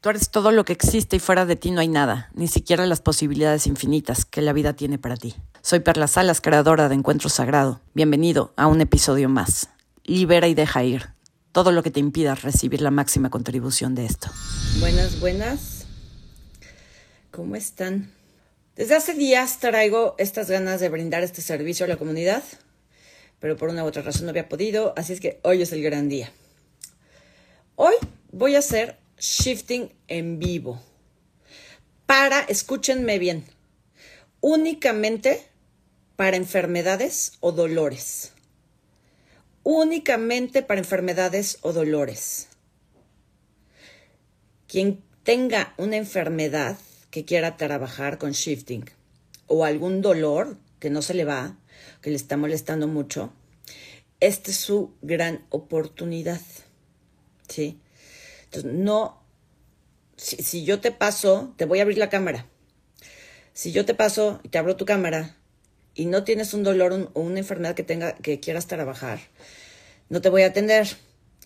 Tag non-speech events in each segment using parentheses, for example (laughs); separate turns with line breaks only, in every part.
Tú eres todo lo que existe y fuera de ti no hay nada, ni siquiera las posibilidades infinitas que la vida tiene para ti. Soy Perla Salas, creadora de Encuentro Sagrado. Bienvenido a un episodio más. Libera y deja ir todo lo que te impida recibir la máxima contribución de esto.
Buenas, buenas. ¿Cómo están? Desde hace días traigo estas ganas de brindar este servicio a la comunidad, pero por una u otra razón no había podido, así es que hoy es el gran día. Hoy voy a hacer shifting en vivo para, escúchenme bien, únicamente para enfermedades o dolores. Únicamente para enfermedades o dolores. Quien tenga una enfermedad que quiera trabajar con shifting o algún dolor que no se le va, que le está molestando mucho, esta es su gran oportunidad. ¿Sí? Entonces, no, si, si, yo te paso, te voy a abrir la cámara. Si yo te paso y te abro tu cámara y no tienes un dolor un, o una enfermedad que, tenga, que quieras trabajar, no te voy a atender.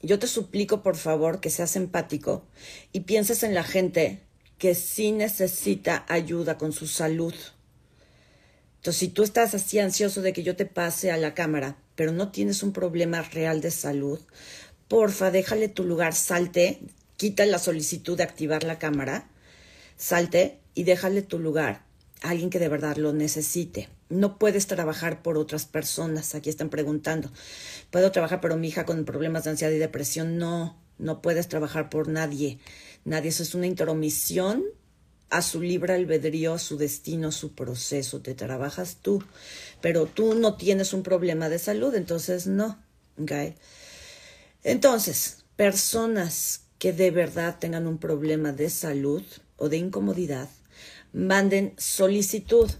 Yo te suplico, por favor, que seas empático y pienses en la gente que sí necesita ayuda con su salud. Entonces, si tú estás así ansioso de que yo te pase a la cámara, pero no tienes un problema real de salud, porfa, déjale tu lugar, salte, quita la solicitud de activar la cámara, salte y déjale tu lugar a alguien que de verdad lo necesite. No puedes trabajar por otras personas, aquí están preguntando. Puedo trabajar, pero mi hija con problemas de ansiedad y depresión, no, no puedes trabajar por nadie. Nadie, eso es una intromisión a su libre albedrío, a su destino, a su proceso, te trabajas tú, pero tú no tienes un problema de salud, entonces no, ¿ok? Entonces, personas que de verdad tengan un problema de salud o de incomodidad, manden solicitud.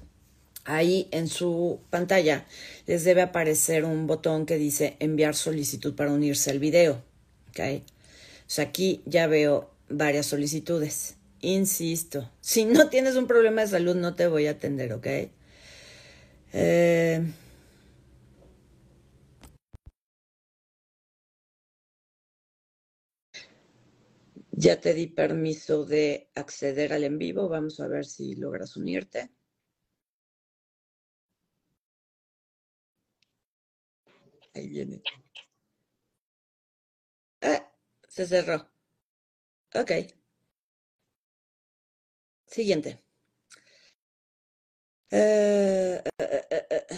Ahí en su pantalla les debe aparecer un botón que dice enviar solicitud para unirse al video. ¿Okay? O sea, aquí ya veo varias solicitudes. Insisto, si no tienes un problema de salud no te voy a atender, ¿ok? Eh, Ya te di permiso de acceder al en vivo. Vamos a ver si logras unirte. Ahí viene. Ah, se cerró. Ok. Siguiente. Uh, uh, uh,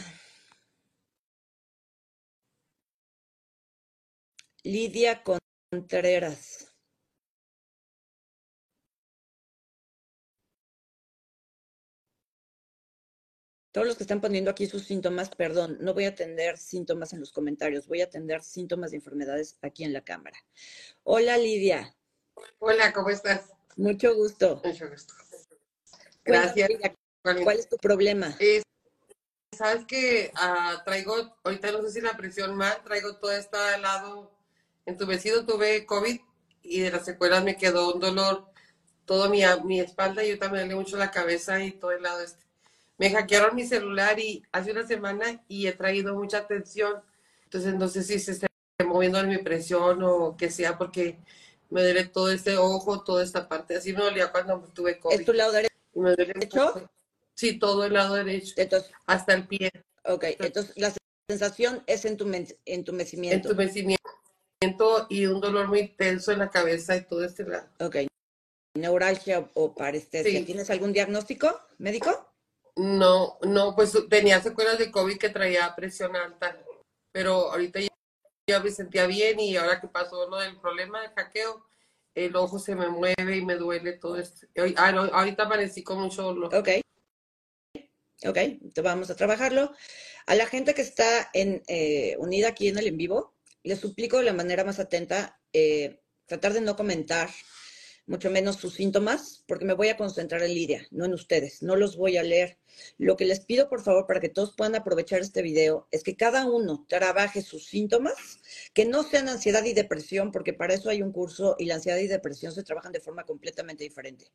Lidia Contreras. Todos los que están poniendo aquí sus síntomas, perdón, no voy a atender síntomas en los comentarios, voy a atender síntomas de enfermedades aquí en la cámara. Hola Lidia.
Hola, ¿cómo estás?
Mucho gusto.
Mucho gusto. Gracias. Lidia,
¿Cuál es tu problema?
Eh, Sabes que uh, traigo, ahorita no sé si la presión mal, traigo todo este lado entumecido, tuve COVID y de las secuelas me quedó un dolor, toda mi, mi espalda, y yo también le mucho la cabeza y todo el lado este me hackearon mi celular y hace una semana y he traído mucha tensión. Entonces no sé si se está moviendo mi presión o que sea porque me duele todo este ojo, toda esta parte. Así me dolía cuando tuve COVID.
¿Es tu lado derecho?
Me duele mucho. Sí, todo el lado derecho.
Entonces,
hasta el pie.
Ok, entonces, la sensación es entumec entumecimiento.
Entumecimiento y un dolor muy intenso en la cabeza y todo este lado.
Ok. Neuralgia o parestesia. Sí. ¿Tienes algún diagnóstico médico?
No, no, pues tenía secuelas de COVID que traía presión alta, pero ahorita ya, ya, me sentía bien y ahora que pasó lo del problema del hackeo, el ojo se me mueve y me duele todo esto. Ah, no, ahorita aparecí con mucho dolor.
Ok, ok, entonces vamos a trabajarlo. A la gente que está en, eh, unida aquí en el en vivo, les suplico de la manera más atenta eh, tratar de no comentar mucho menos sus síntomas, porque me voy a concentrar en Lidia, no en ustedes, no los voy a leer. Lo que les pido, por favor, para que todos puedan aprovechar este video, es que cada uno trabaje sus síntomas, que no sean ansiedad y depresión, porque para eso hay un curso y la ansiedad y depresión se trabajan de forma completamente diferente.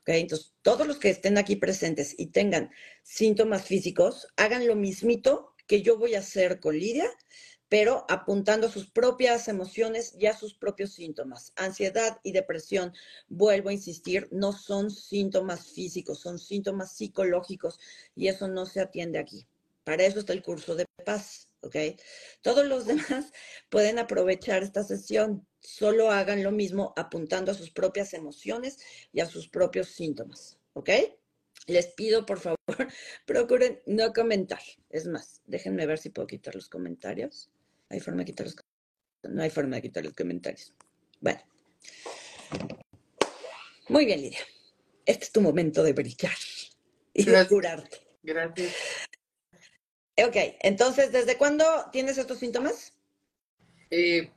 ¿Okay? Entonces, todos los que estén aquí presentes y tengan síntomas físicos, hagan lo mismito que yo voy a hacer con Lidia, pero apuntando a sus propias emociones y a sus propios síntomas. Ansiedad y depresión, vuelvo a insistir, no son síntomas físicos, son síntomas psicológicos y eso no se atiende aquí. Para eso está el curso de paz, ¿ok? Todos los demás pueden aprovechar esta sesión, solo hagan lo mismo apuntando a sus propias emociones y a sus propios síntomas, ¿ok? Les pido, por favor, (laughs) procuren no comentar. Es más, déjenme ver si puedo quitar los comentarios. ¿Hay forma de quitar los No hay forma de quitar los comentarios. Bueno. Muy bien, Lidia. Este es tu momento de brillar y de
Gracias.
curarte.
Gracias.
Ok, entonces, ¿desde cuándo tienes estos síntomas?
Eh,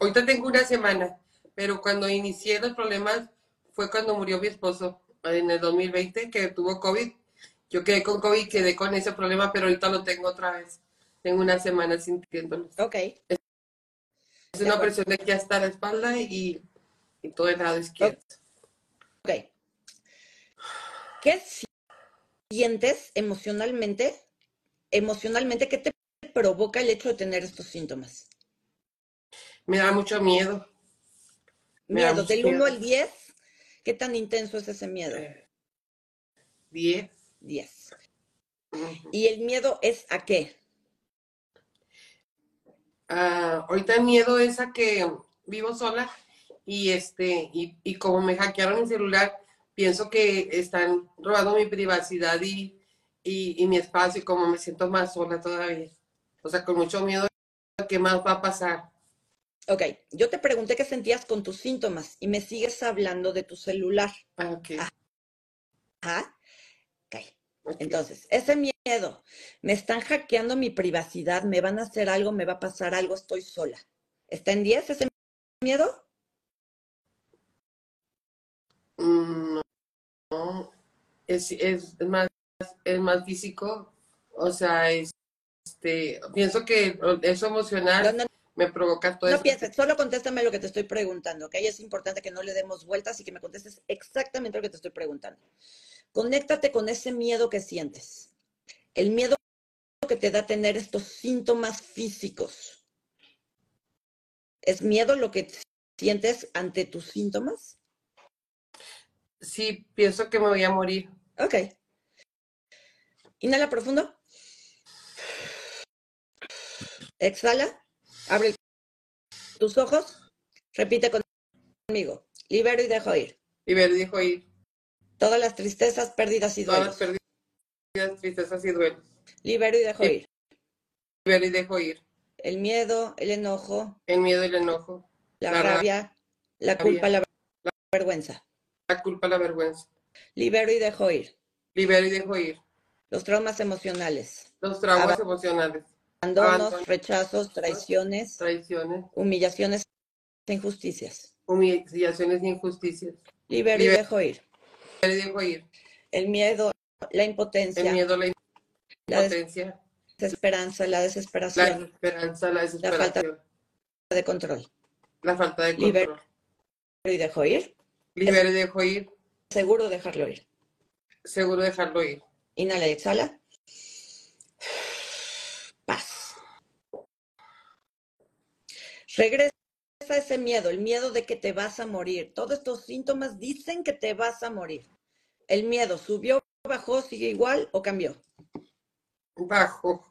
ahorita tengo una semana, pero cuando inicié los problemas fue cuando murió mi esposo en el 2020, que tuvo COVID. Yo quedé con COVID, quedé con ese problema, pero ahorita lo tengo otra vez. Tengo una semana sintiéndolo.
Ok,
Es
De
una
acuerdo.
presión de aquí hasta la espalda y, y todo el lado izquierdo.
ok. ¿Qué si- sientes emocionalmente? Emocionalmente, ¿qué te provoca el hecho de tener estos síntomas?
Me da mucho miedo. Me da
Miedo,
mucho
del 1
miedo.
al 10, ¿qué tan intenso es ese miedo?
Eh, Diez.
10.
Ujú.
¿Y el miedo es a qué?
Ah, ahorita el miedo es a que vivo sola y este y, y como me hackearon mi celular, pienso que están robando mi privacidad y, y, y mi espacio y como me siento más sola todavía. O sea, con mucho miedo de qué más va a pasar.
Ok, yo te pregunté qué sentías con tus síntomas y me sigues hablando de tu celular.
Ah, ok.
Ajá. Ok.
Ok.
Entonces, ese miedo, me están hackeando mi privacidad, me van a hacer algo, me va a pasar algo, estoy sola. ¿Está en 10 ese miedo?
Mm, no, no. Es, es más, es más físico. O sea, es- este, pienso que eso
No,
emocional
no,
me provoca todo
no
eso.
pienses, solo contéstame lo que te estoy preguntando, ¿ok? Es importante que no le demos vueltas y que me contestes exactamente lo que te estoy preguntando. Conéctate con ese miedo que sientes. El miedo que te da tener estos síntomas físicos. ¿Es miedo lo que sientes ante tus síntomas?
Sí, pienso que me voy a morir.
Ok. Inhala profundo. Exhala. Abre tus ojos. Repite conmigo. Libero y dejo ir.
Y me dijo ir.
Todas las tristezas, pérdidas y
Todas las
duelos.
pérdidas, tristezas y duelos.
Libero y dejo ir.
Libero y dejo ir.
El miedo, el enojo,
El miedo, el enojo,
la
La
rabia, la culpa, la vergüenza.
la culpa, la vergüenza.
Libero y dejo ir.
Libero y dejo ir.
Los traumas emocionales.
Los traumas
Aba-
emocionales. Abandono.
Abandonos, rechazos, traiciones,
Traiciones,
humillaciones e injusticias.
humillaciones e injusticias.
Libero y
Libero.
dejo ir.
Libero y dejo ir.
El miedo, la
El
impotencia,
miedo, la
la
impotencia,
desesperanza, la
la
desesperación,
desesperanza, la desesperación,
de control.
la falta de
Libero.
control.
Y dejo ir.
Libero y dejo ir.
Seguro dejarlo ir.
Seguro dejarlo ir.
Inhala y exhala. (sighs) Paz. Regresa ese miedo, el miedo de que te vas a morir. Todos estos síntomas dicen que te vas a morir. El miedo subió, bajó, sigue igual o cambió.
Bajo,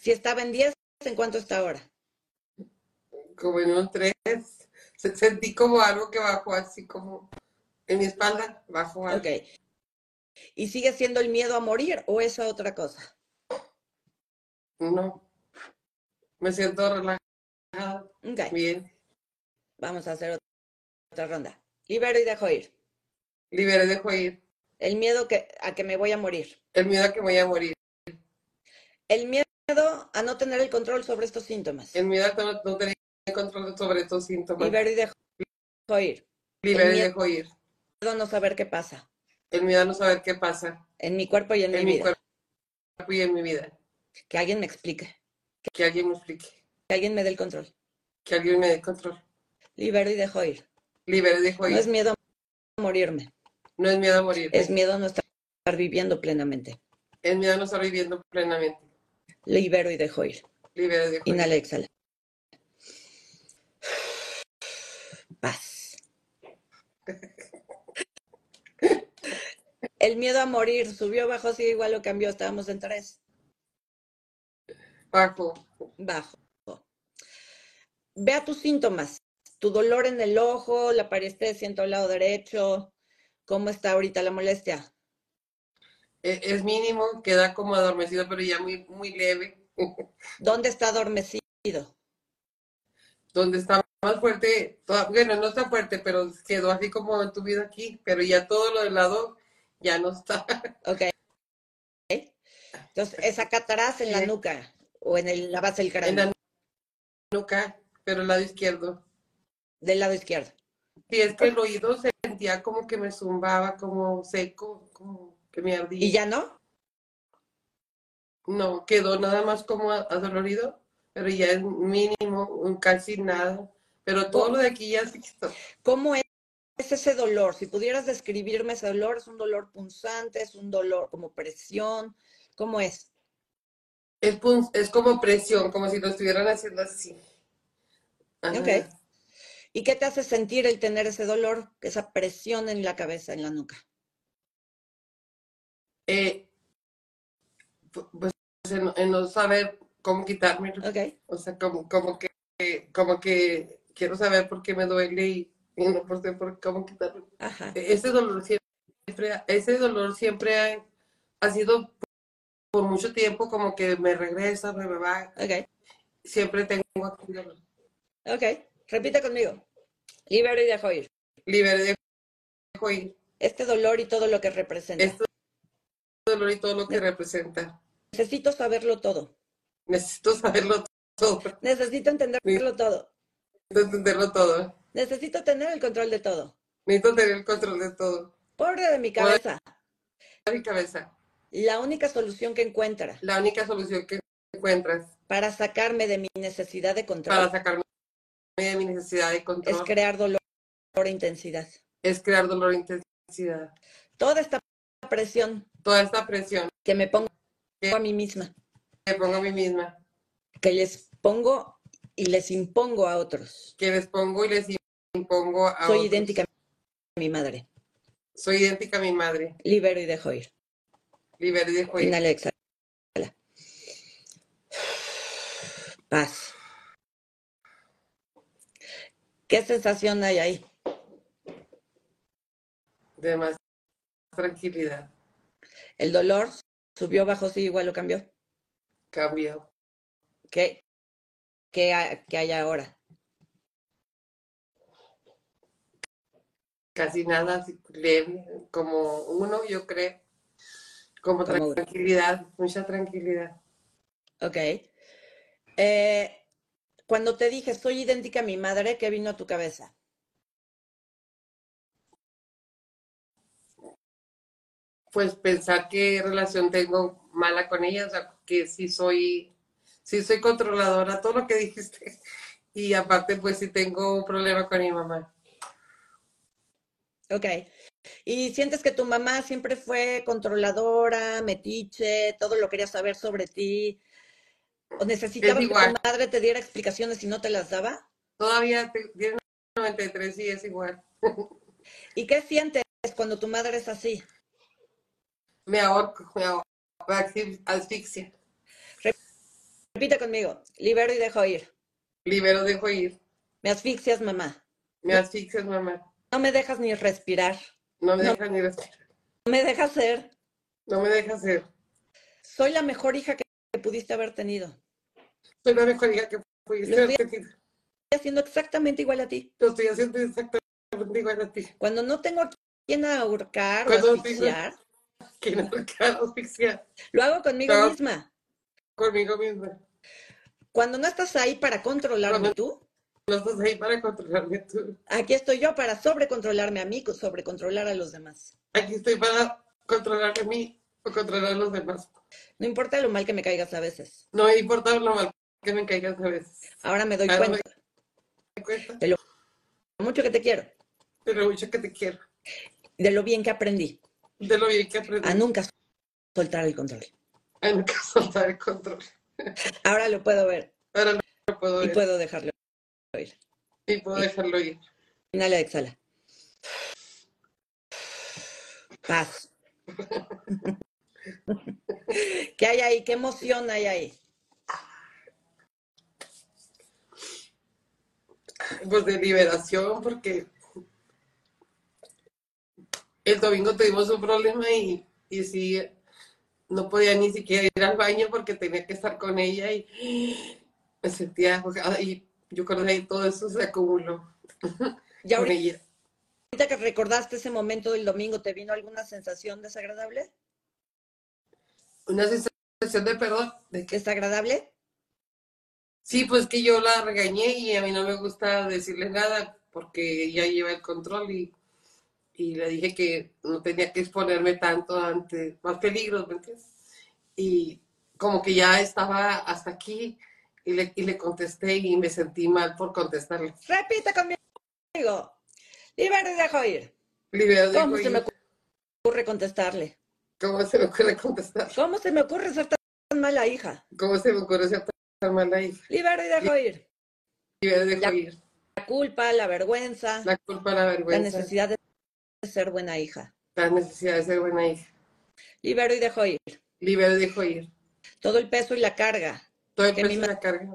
Si estaba en 10, ¿en cuánto está ahora?
como en un tres. Se- Sentí como algo que bajó así como en mi espalda. Bajó algo.
Ok. ¿Y sigue siendo el miedo a morir o es a otra cosa?
No, me siento relajada,
Ok.
bien,
Vamos a hacer otra ronda. Libero y dejo ir.
libero y dejo ir.
El miedo que, a que me voy a morir.
El miedo a que me voy a morir,
El miedo a no tener el control sobre estos síntomas.
el miedo a no, no tener control sobre estos síntomas.
Libero y dejo dejo ir.
Libero
el
y
miedo-
dejo ir.
Miedo a no saber qué pasa
El miedo a no saber qué pasa
en mi cuerpo y en,
en
mi
mi
vida.
cuerpo y en mi vida.
Que alguien me explique.
Que alguien me explique,
Que alguien me dé el control.
que alguien me dé control.
Libero y dejo ir.
Libero y dejo
No es
ir.
miedo a morirme.
No es miedo a morir,
Es miedo a no estar estar viviendo plenamente.
es miedo a no estar viviendo plenamente.
Libero y dejo ir.
Libera, Dios.
Inhala, exhala. Paz. El miedo a morir subió, bajó, sigue igual o cambió. Estábamos en tres.
Bajo.
Bajo. Vea tus síntomas. Tu dolor en el ojo, la parestesia en todo el lado derecho. ¿Cómo está ahorita la molestia?
E- Es mínimo, queda como adormecido, pero ya muy, muy leve.
¿Dónde está adormecido?
Donde está más fuerte, toda- bueno, no está fuerte, pero quedó así como en tu vida aquí, pero ya todo lo del lado ya no está. (laughs)
Ok. Ok. Entonces, esa catarás en la
Sí.
nuca o en el- la base del
En la
cráneo,
nuca, pero el lado izquierdo.
del lado izquierdo.
Sí, es que el oído sentía como que me zumbaba, como seco, como que me ardía.
¿Y ya no?
No, quedó nada más como a- adolorido, pero ya es mínimo, un casi nada. Pero todo lo de aquí ya se quitó.
¿Cómo es ese dolor? Si pudieras describirme ese dolor, ¿es un dolor punzante? ¿Es un dolor como presión? ¿Cómo es?
Es, pun- es como presión, como si lo estuvieran haciendo así. Ajá.
Ok. ¿Y qué te hace sentir el tener ese dolor, esa presión en la cabeza, en la nuca?
Eh, pu- pues en, en no saber cómo quitármelo.
Ok.
O sea, como, como que, que- como que quiero saber por qué me duele y, y no por sé por cómo quitarlo.
Ajá.
E- Ese dolor siempre, ese dolor siempre ha, ha sido por mucho tiempo como que me regresa, me, me va,
Ok.
siempre tengo aquí dolor.
Ok. Repite conmigo. Libero y dejo ir.
Liberé, dejo ir
Este dolor y todo lo que representa.
este dolor y todo lo que representa.
Necesito saberlo todo.
Necesito saberlo todo, (laughs)
Necesito entenderlo todo.
necesito entenderlo todo,
Necesito tener el control de todo.
necesito tener el control de todo.
Pobre de mi cabeza.
Mi cabeza,
La única solución que encuentra
la única solución que encuentras
para sacarme de mi necesidad de
para
control
sacarme de mi necesidad de
es
control
crear dolor e intensidad.
es crear dolor e intensidad.
Toda esta presión
Toda esta presión
que me pongo a mí misma,
que pongo a mí misma,
que les pongo y les impongo a otros.
que les pongo y les impongo a
Soy
otros.
idéntica a mi madre.
Soy idéntica a mi madre.
Libero y dejo ir.
Liberé y dejo ir.
Inhala, exhala. Paz. ¿Qué sensación hay ahí?
de más tranquilidad.
El dolor subió, bajó, sí, igual lo cambió.
Cambio.
¿Qué, qué, ha- qué hay ahora?
Casi nada así leve, como uno, yo creo. Como
Como-
tranquilidad, mucha tranquilidad.
Ok. Eh, cuando te dije, soy idéntica a mi madre, ¿qué vino a tu cabeza?
Pues pensar qué relación tengo mala con ella, o sea, que sí soy, sí soy controladora, todo lo que dijiste. Y aparte, pues sí tengo un problema con mi mamá.
Ok. ¿Y sientes que tu mamá siempre fue controladora, metiche, todo lo quería saber sobre ti? ¿O necesitabas que tu
igual.
madre te diera explicaciones y no te las daba?
Todavía te- tiene 93 y es igual.
¿Y qué sientes cuando tu madre es así?
Me ahorco, me ahorco. Asfixi- Asfixia.
Repite conmigo, libero y dejo ir.
Libero, dejo ir.
Me asfixias, mamá.
Me asfixias, mamá.
No me dejas ni respirar.
No me
No.
dejas ni respirar.
No me dejas ser.
No me dejas ser.
Soy la mejor hija que que pudiste haber tenido.
Soy la mejor hija que pudiste
Lo
haber tenido.
Estoy haciendo exactamente igual a ti.
Lo estoy haciendo exactamente igual a ti.
Cuando no tengo a quien ahorcar o
Cuando digo-
asfixiar,
Que no te quedas asfixia
lo hago conmigo
Claro.
misma.
conmigo misma.
Cuando no estás ahí para controlarme
Cuando-
tú,
No estás ahí para controlarme tú.
aquí estoy yo para sobrecontrolarme a mí, co- sobrecontrolar a los demás.
Aquí estoy para controlarme a mí o controlar a los demás.
No importa lo mal que me caigas a veces.
No me importa lo mal que me caigas a veces.
Ahora me doy
Claro,
cuenta
Me cuesta
de lo mucho que te quiero,
de lo mucho que te quiero.
de lo bien que aprendí Ah,
De lo bien que aprendí
a nunca soltar el control.
(laughs) a nunca soltar el control.
Ahora lo puedo ver
Ahora no lo puedo
y
ver.
puedo dejarlo ir.
Y puedo dejarlo ir.
Inhala, exhala.
(laughs)
Paz. (laughs) ¿Qué hay ahí? ¿Qué emoción hay ahí?
Pues de liberación, porque el domingo tuvimos un problema y, y sí, no podía ni siquiera ir al baño porque tenía que estar con ella y me sentía ahogada y yo creo que ahí todo eso se acumuló
Y
con
ahorita
ella.
que recordaste ese momento del domingo, ¿te vino alguna sensación desagradable?
Una sensación de perdón, de que
¿Desagradable?
sí, pues que yo la regañé y a mí no me gusta decirle nada porque ella lleva el control y, y le dije que no tenía que exponerme tanto ante más peligros, ¿me entiendes? Y como que ya estaba hasta aquí y le, y le contesté y me sentí mal por contestarle.
Repite conmigo. Libero y dejo ir.
Libero de
¿Cómo se me
juicio.
ocurre contestarle?
¿Cómo se me ocurre contestar?
¿Cómo se me ocurre ser tan mala hija?
¿Cómo se me ocurre ser tan mala hija?
Libero y dejo ir.
Libero de
Ya.
juicio.
La culpa, la vergüenza,
La culpa, la
la
vergüenza,
necesidad de ser buena hija.
la necesidad de ser buena hija.
Libero y dejo ir.
Libero de juicio.
Todo el peso y la carga
Todo el
Que
peso
mi
y la carga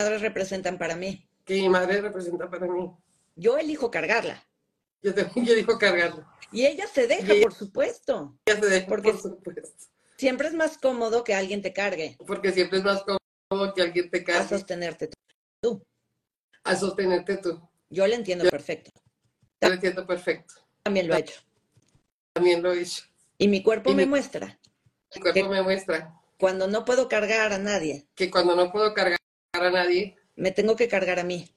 madres representan para mí.
que mi madre representa para mí.
Yo elijo cargarla.
Yo, te, yo digo cargarlo.
Y ella se deja,
Y ella-
por supuesto.
Ya se deja,
Porque-
por supuesto.
Siempre es más cómodo que alguien te cargue
Porque siempre es más cómodo que alguien te
a
cargue
sostenerte.
a sostenerte tú.
Yo la entiendo perfecto.
Yo lo entiendo perfecto.
También lo he hecho.
También lo he hecho.
Y mi cuerpo
Y
me
mi-
muestra.
Mi cuerpo
Que-
me muestra
Cuando no puedo cargar a nadie,
que cuando no puedo cargar a nadie,
me tengo que cargar a mí.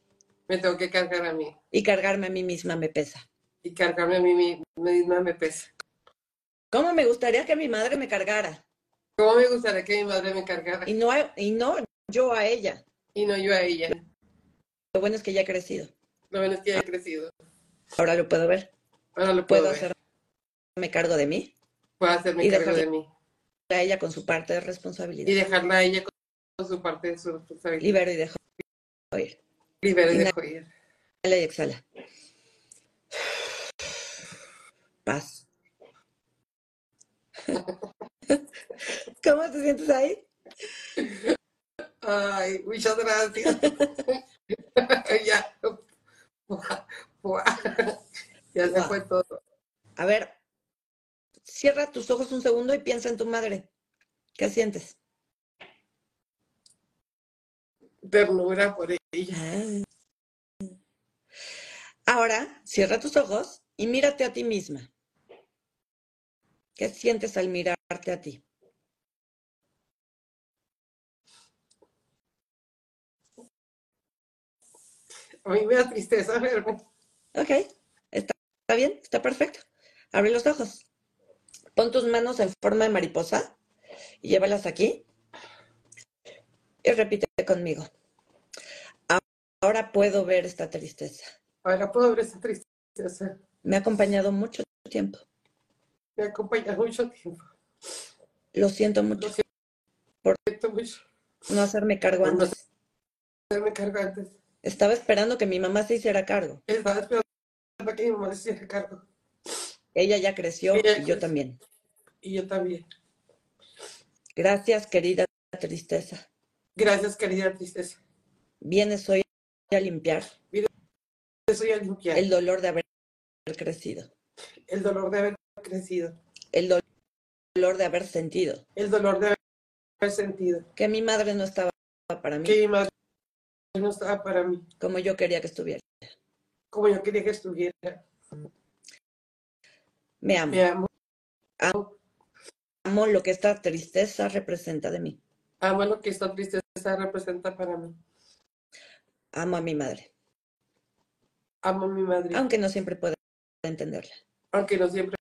me tengo que cargar a mí.
Y cargarme a mí misma me pesa.
Y cargarme a mí mi- misma me pesa.
¿Cómo me gustaría que mi madre me cargara?
¿Cómo me gustaría que mi madre me cargara?
Y no, a- y no yo a ella.
Y no yo a ella.
Lo bueno es que ya he crecido.
Lo bueno es que ya he crecido.
Ahora lo puedo ver.
Ahora lo puedo,
Puedo
hacer.
hacerme cargo de mí.
Puedo hacerme
y
cargo
dejarla-
de mí.
A ella con su parte de
Y
responsabilidad.
dejarla a ella con, con su parte de su responsabilidad.
Libero y dejo ir.
Libero y
y na-
dejo ir.
Inhala y exhala.
(laughs)
Paz. ¿Cómo te sientes ahí?
Ay, muchas gracias. (laughs) ya. (laughs) Buah. ya se
Buah.
fue todo.
A ver, cierra tus ojos un segundo y piensa en tu madre. ¿Qué sientes?
Ternura por ella.
Ahora, cierra tus ojos y mírate a ti misma. ¿Qué sientes al mirarte a ti?
A mí me da tristeza verme.
Ok, está, está bien, está perfecto. Abre los ojos. Pon tus manos en forma de mariposa y llévalas aquí. Y repite conmigo. "A- Ahora puedo ver esta tristeza.
Ahora puedo ver esa tristeza.
Me ha acompañado mucho tiempo.
Me acompaña mucho tiempo.
Lo siento
Lo
mucho
siento siento mucho.
por no hacerme cargo
Por no
antes.
Me cargo antes.
Estaba esperando que mi mamá se hiciera cargo.
Estaba esperando que mi mamá se hiciera cargo.
Ella ya creció
Ella
y yo
creció.
también.
Y yo también.
Gracias, querida tristeza.
Gracias, querida tristeza.
Vienes hoy a limpiar
Te soy a limpiar
el
el,
dolor de haber crecido,
dolor de haber crecido.
el do- dolor de haber sentido
El dolor de haber sentido.
que mi madre no estaba para mí
Que mi madre no estaba para mí.
como yo quería que estuviera.
Como yo quería que estuviera.
Me amo.
Me amo.
Amo lo que esta tristeza representa de mí.
Amo lo que esta tristeza representa para mí.
Amo a mi madre,
Amo a mi madre,
aunque no siempre pueda entenderla,
aunque no siempre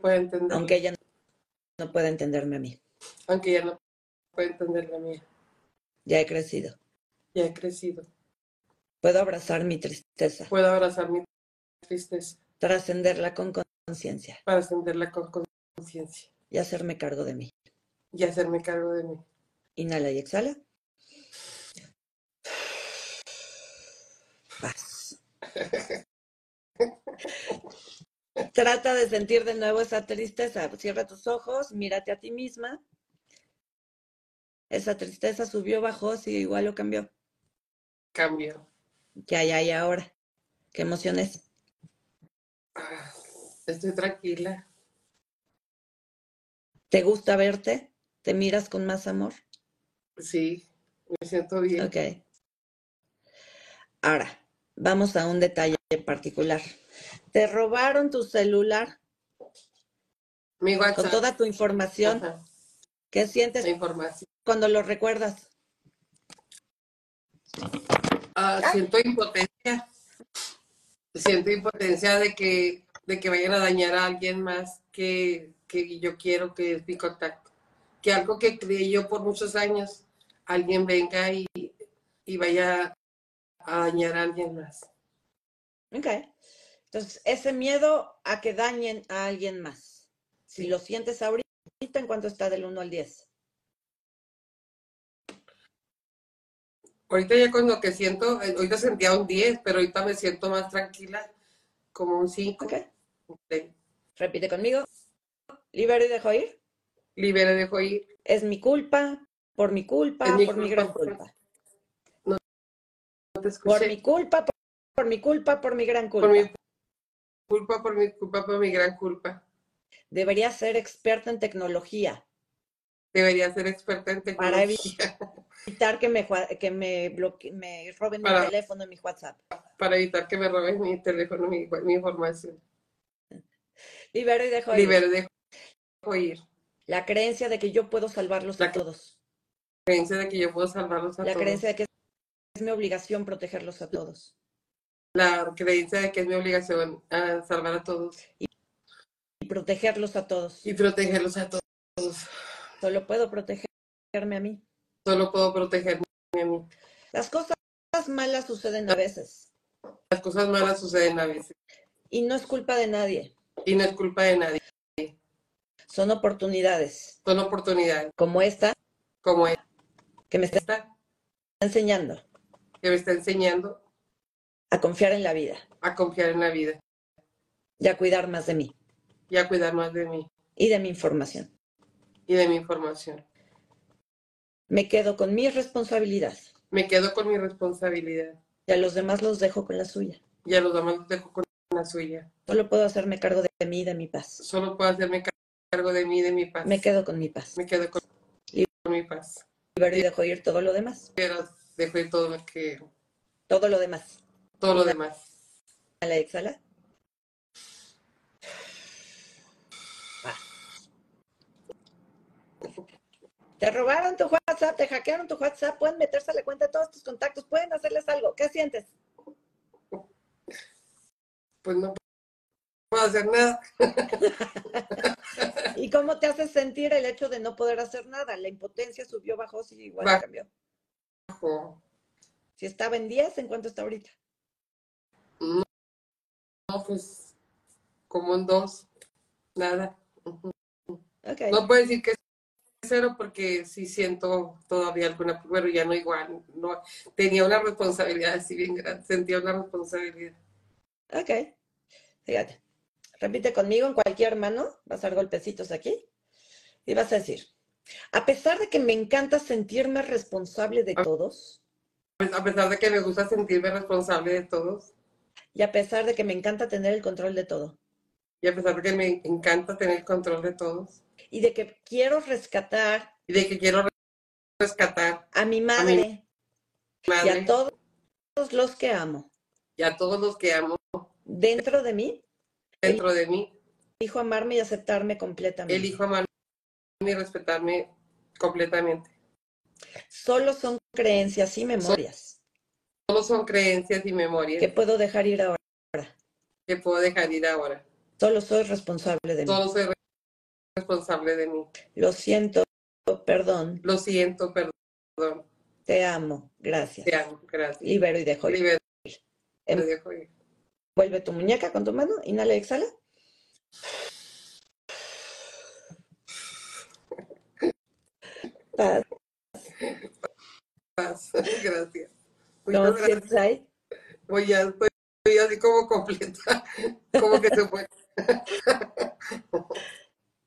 pueda entender,
aunque ella no pueda entenderme a mí.
aunque ya no pueda entender la mía.
Ya he crecido.
Ya he crecido.
Puedo abrazar mi tristeza,
Puedo abrazar mi tristeza
trascenderla con conciencia
para sentirla con conciencia
y hacerme cargo de mí.
y hacerme cargo de mí
Inhala y exhala. Paz. Trata de sentir de nuevo esa tristeza. Cierra tus ojos, mírate a ti misma. Esa tristeza subió, bajó, sí, igual lo cambió.
Cambio.
¿Qué hay ahí ahora? ¿Qué emociones?
Ah, Estoy tranquila.
¿Te gusta verte? ¿Te miras con más amor?
Sí, me siento bien.
Ok. Ahora, vamos a un detalle particular. Te robaron tu celular
Mi WhatsApp.
con toda tu información.
Ajá,
¿Qué sientes
la información.
cuando lo recuerdas?
Ah, siento impotencia. Siento impotencia de que, de que vayan a dañar a alguien más que, que yo quiero, que es mi contacto. Que algo que creí yo por muchos años, alguien venga y, y vaya a dañar a alguien más.
Ok. Entonces, ese miedo a que dañen a alguien más. Si lo sientes ahorita, ¿en cuánto está del 1 al 10?
Ahorita ya con lo que siento, eh, ahorita sentía un 10, pero ahorita me siento más tranquila, como un 5.
Ok. Repite conmigo. Libero y dejo ir.
Libera, dejo ir.
Es mi culpa, por mi culpa,
Es mi
por mi
culpa,
gran
por-
culpa.
No te
Por
escuché.
mi culpa, por, por mi culpa, por mi gran culpa.
Por mi culpa, por mi culpa, por mi gran culpa.
Debería ser experta en tecnología.
Debería ser experta
Para
en tecnología (laughs)
Evitar que me, jua- que me, bloque- me roben mi
Para-
teléfono y mi WhatsApp.
para evitar que me roben mi teléfono, mi, mi información.
Libero y dejo ir.
Libera, dejo ir.
La creencia de que yo puedo salvarlos
La
a todos.
Creencia de que yo puedo salvarlos a
La
todos.
creencia de que es mi obligación protegerlos a todos.
La creencia de que es mi obligación a salvar a todos
Y protegerlos a todos.
y protegerlos a todos.
Solo puedo protegerme a mí.
Solo puedo protegerme a mí.
Las cosas malas suceden a veces.
Las cosas malas suceden a veces
Y no es culpa de nadie.
y no es culpa de nadie.
Son oportunidades,
Son oportunidades
como esta,
como esta
que me está enseñando
que me está enseñando
a confiar en la vida
a confiar en la vida
y a cuidar más de mí
y a cuidar más de mí
y de mi información.
y de mi información.
Me quedo con mi responsabilidad
Me quedo con mi responsabilidad
y a los demás los dejo con la suya.
y a los demás los dejo con la suya.
Solo puedo hacerme cargo de mí y de mi paz.
Solo puedo hacerme car- cargo de mí y de mi paz.
Me quedo con mi paz.
Me quedo con,
Y-
con mi paz.
Libero y dejo ir todo lo demás.
Pero dejo ir todo lo que
Todo lo demás.
todo lo demás.
A la exhala. Ah. Te robaron tu WhatsApp, te hackearon tu WhatsApp, pueden meterse a la cuenta de todos tus contactos, pueden hacerles algo. ¿Qué sientes?
Pues no puedo hacer nada.
¿Y cómo te hace sentir el hecho de no poder hacer nada? La impotencia subió, bajó, sí, igual
Bajó.
cambió.
Ojo,
Si estaba en 10, ¿en cuánto está ahorita?
No, pues como un dos. Nada.
Ok.
No puedo decir que es cero porque sí siento todavía alguna, pero ya no igual, no tenía una responsabilidad así bien grande, sentía una responsabilidad.
Ok. Fíjate. Repite conmigo en cualquier mano. Vas a dar golpecitos aquí. Y vas a decir, a pesar de que me encanta sentirme responsable de todos,
Pues, a pesar de que me gusta sentirme responsable de todos
y a pesar de que me encanta tener el control de todo,
y a pesar de que me encanta tener control de todos
y de que quiero rescatar
y de que quiero rescatar
a mi madre
a mi
y
madre
a todos los que amo,
y a todos los que amo
dentro de mí,
dentro de mí,
elijo amarme y aceptarme completamente.
elijo amarme y respetarme completamente.
Solo son creencias y memorias
Solo son creencias y
que
memorias
puedo dejar ir ahora.
que puedo dejar ir ahora.
Solo soy responsable de mí.
Solo soy responsable de mí.
Lo siento, perdón,
Lo siento, perdón.
te amo, gracias.
Te amo, gracias.
Libero y dejo ir.
Libero,
Em-
te dejo ir.
Vuelve tu muñeca con tu mano, inhala y exhala. Paz.
(laughs) Gracias.
No,
Muchas
sí,
gracias.
¿sabes?
Voy ya estoy, estoy así como completa, (laughs) como que se fue. (laughs)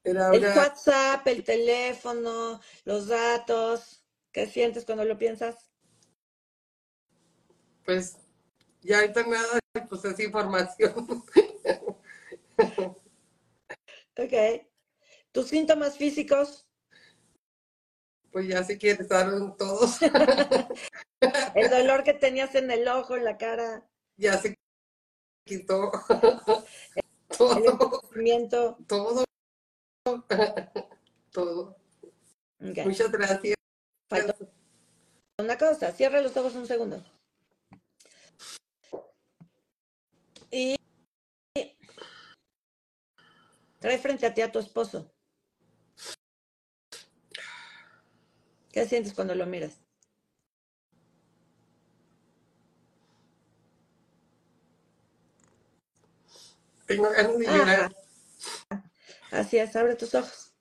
Era
El
una,
WhatsApp, el teléfono, los datos. ¿Qué sientes cuando lo piensas?
pues, ya ahorita nada, pues es información. (laughs)
Ok. ¿Tus síntomas
(laughs)
físicos?
Pues ya se quieren quedaron todos, (laughs)
El dolor que tenías en el ojo, en la cara,
ya se quitó (laughs)
el
todo,
entumecimiento.
todo, (laughs) todo.
Ok.
Muchas gracias.
Faltó una cosa. Cierra los ojos un segundo. Y trae frente a ti a tu esposo. ¿Qué sientes cuando lo miras?
Tengo ganas de
Ajá.
llorar.
Así es, abre tus ojos.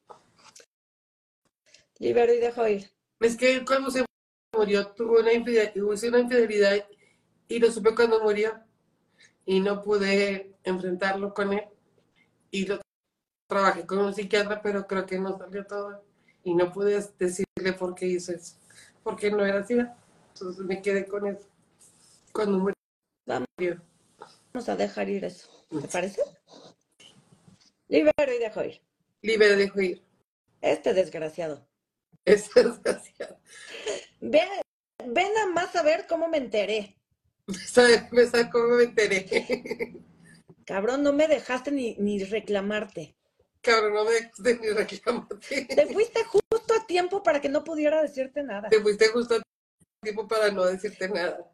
Libero y dejo ir.
Es que él cuando se murió tuvo una infidelidad, una infidelidad y lo supe cuando murió y no pude enfrentarlo con él y lo trabajé con un psiquiatra pero creo que no salió todo y no pude decirle por qué hizo eso porque no era así entonces me quedé con eso cuando
Vamos
murió
a dejar ir eso. ¿Te parece? Libero y dejo ir.
libre de ir (laughs)
Este desgraciado.
es desgraciado
Ve, ve nada más a ver cómo me enteré.
¿Sabes? me sacó me enteré (laughs)
Cabrón, no me dejaste ni, ni
(laughs)
reclamarte.
cabrón no me dejaste ni reclamarte
Te fuiste justo a tiempo para que no pudiera decirte nada.
Te fuiste justo a tiempo para no decirte nada.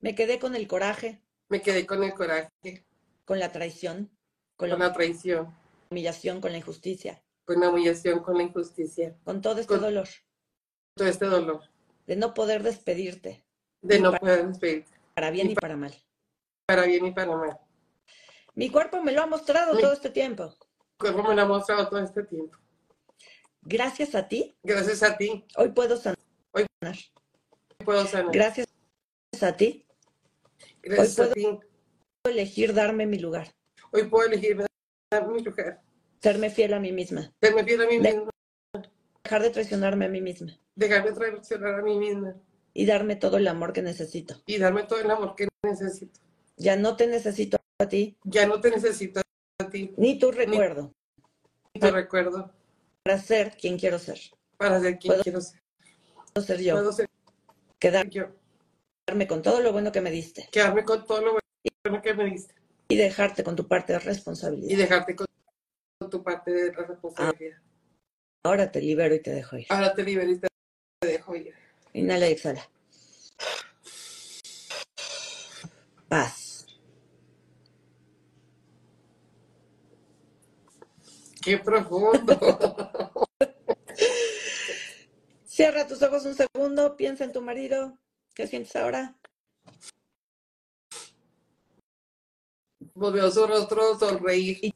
Me quedé con el coraje,
Me quedé con el coraje,
con la traición, con
con
la
la traición,
humillación, con la injusticia,
con la humillación, con la injusticia,
con todo este
Con-
dolor
todo este dolor
de no poder despedirte
de no
Para-
poder despedirte,
para bien y para mal.
para bien y para mal.
Mi cuerpo me lo ha mostrado
Mi-
todo este tiempo.
Como me lo ha mostrado todo este tiempo.
Gracias a ti,
Gracias a ti
hoy puedo sanar.
Hoy- puedo sanar.
Gracias a ti,
Gracias
hoy
a ti.
puedo elegir darme mi lugar,
Hoy puedo elegir dar mi lugar.
serme fiel a mí misma,
Serme fiel a mí
De-
misma,
dejar de traicionarme a mí misma
dejarme traicionar a mí misma
y darme todo el amor que necesito.
y darme todo el amor que necesito.
Ya no te necesito a ti,
Ya no te necesito a ti,
ni tu recuerdo,
ni te recuerdo
para ser quien quiero ser.
para ser quien
Puedo-
quiero ser.
Puedo ser yo,
Puedo ser
quedarme
yo.
con todo lo bueno que me diste
quedarme con todo lo bueno que me diste
y dejarte con tu parte de
y
responsabilidad.
dejarte con, con tu parte de la responsabilidad.
Ahora te libero y te dejo ir.
Ahora te libero y te te dejo ir.
Inhala y exhala. Paz.
¡Qué profundo!
Cierra tus ojos un segundo, piensa en tu marido. ¿Qué sientes ahora?
Volvió su rostro a sonreír.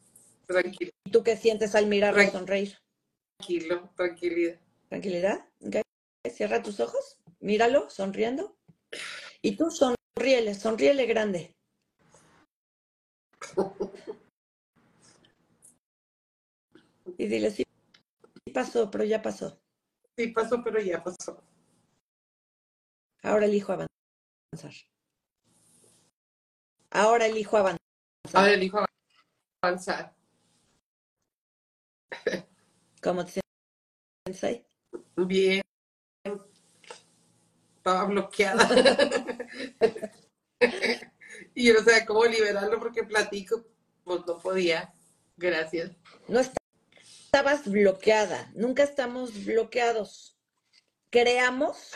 Tranquilo,
¿Y tú qué sientes al mirarlo
Tranqui-
sonreír?
tranquilo, tranquilidad.
¿Tranquilidad? Ok. Cierra tus ojos, míralo sonriendo. Y tú sonríele, sonríele grande. Y dile, sí, sí pasó, pero ya pasó.
Sí pasó, pero ya pasó.
Ahora elijo avanzar. Ahora elijo avanzar.
Ahora elijo avanzar.
¿Cómo te sientes ahí?
Bien. Estaba bloqueada. (laughs) y yo no sabía cómo liberarlo porque platico. Pues no podía. Gracias.
No est- estabas bloqueada, nunca estamos bloqueados. Creamos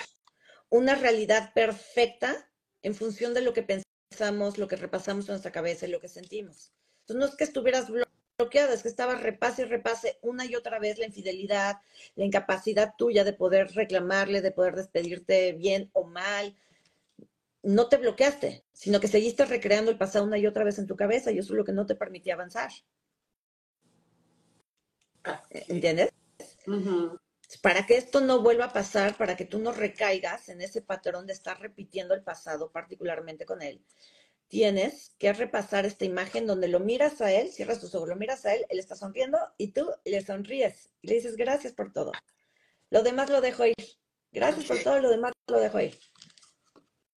una realidad perfecta en función de lo que pensamos, lo que repasamos en nuestra cabeza y lo que sentimos. Entonces no es que estuvieras blo- bloqueada, es que estabas repase y repase una y otra vez la infidelidad, la incapacidad tuya de poder reclamarle, de poder despedirte bien o mal. No te bloqueaste, sino que seguiste recreando el pasado una y otra vez en tu cabeza y eso es lo que no te permitía avanzar. ¿Entiendes?
Ujú.
Para que esto no vuelva a pasar, para que tú no recaigas en ese patrón de estar repitiendo el pasado, particularmente con él, tienes que repasar esta imagen donde lo miras a él, cierras tus ojos, lo miras a él, él está sonriendo y tú le sonríes y le dices gracias por todo. Lo demás lo dejo ir. Gracias por todo, lo demás lo dejo ir.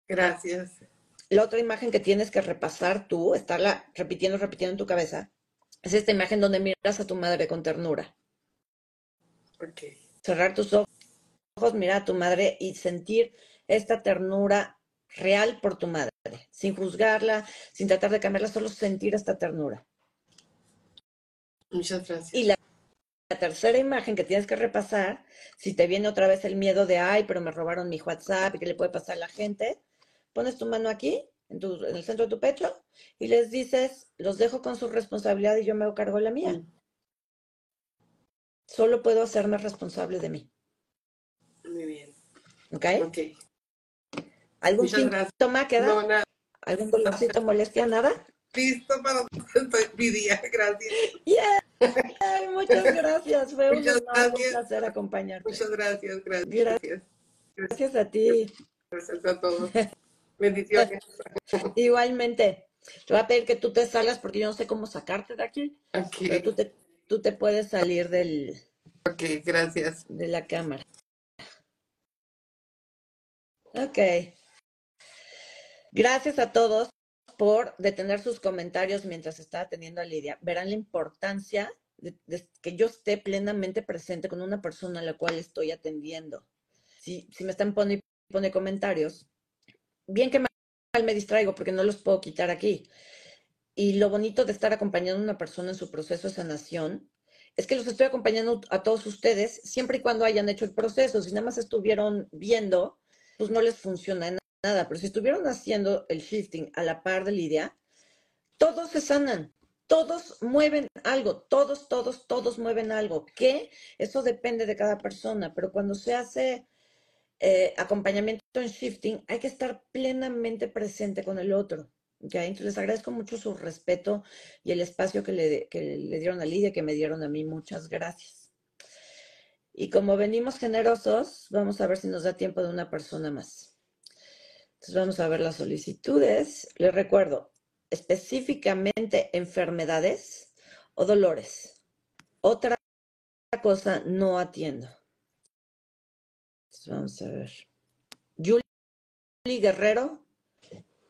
Gracias.
La otra imagen que tienes que repasar tú, estarla repitiendo, repitiendo en tu cabeza, es esta imagen donde miras a tu madre con ternura.
Ok.
Cerrar tus ojos, mirar a tu madre y sentir esta ternura real por tu madre, sin juzgarla, sin tratar de cambiarla, solo sentir esta ternura.
Muchas gracias.
Y la, la tercera imagen que tienes que repasar, si te viene otra vez el miedo de, ay, pero me robaron mi WhatsApp y qué le puede pasar a la gente, pones tu mano aquí, en, tu- en el centro de tu pecho, y les dices, los dejo con su responsabilidad y yo me hago cargo de la mía.
Mm.
Solo puedo hacerme responsable de mí.
Muy bien.
¿Ok?
Ok.
¿Algún
Muchas gracias.
síntoma ¿Eh? queda?
No, nada.
¿Algún dolorcito, molestia, nada?
Listo para (laughs) estoy- mi día. Gracias.
¡Yeah! Muchas gracias. Fue un,
Muchas
honor, un
gracias.
placer acompañarte.
Muchas gracias. Gracias.
Gracias. Gracias a ti.
Gracias a todos. Bendiciones.
Igualmente. Te voy a pedir que tú te salgas porque yo no sé cómo sacarte de aquí. Pero
Ok.
tú te, tú te puedes salir del,
Ok, gracias.
de la cámara. Ok. Gracias a todos por detener sus comentarios mientras estaba atendiendo a Lidia. Verán la importancia de, de que yo esté plenamente presente con una persona a la cual estoy atendiendo. Si, si me están poniendo pone comentarios, bien que mal me distraigo porque no los puedo quitar aquí. Y lo bonito de estar acompañando a una persona en su proceso de sanación es que los estoy acompañando a todos ustedes siempre y cuando hayan hecho el proceso. Si nada más estuvieron viendo, pues no les funciona en nada. Pero si estuvieron haciendo el shifting a la par de Lidia, todos se sanan, todos mueven algo, todos, todos, todos mueven algo. ¿Qué? Eso depende de cada persona, pero cuando se hace eh, acompañamiento en shifting, hay que estar plenamente presente con el otro. ¿ya? Entonces les agradezco mucho su respeto y el espacio que le, que le dieron a Lidia, que me dieron a mí. Muchas gracias. Y como venimos generosos, vamos a ver si nos da tiempo de una persona más. Entonces vamos a ver las solicitudes. Les recuerdo, específicamente enfermedades o dolores. Otra cosa no atiendo. Entonces, vamos a ver. Julie Guerrero.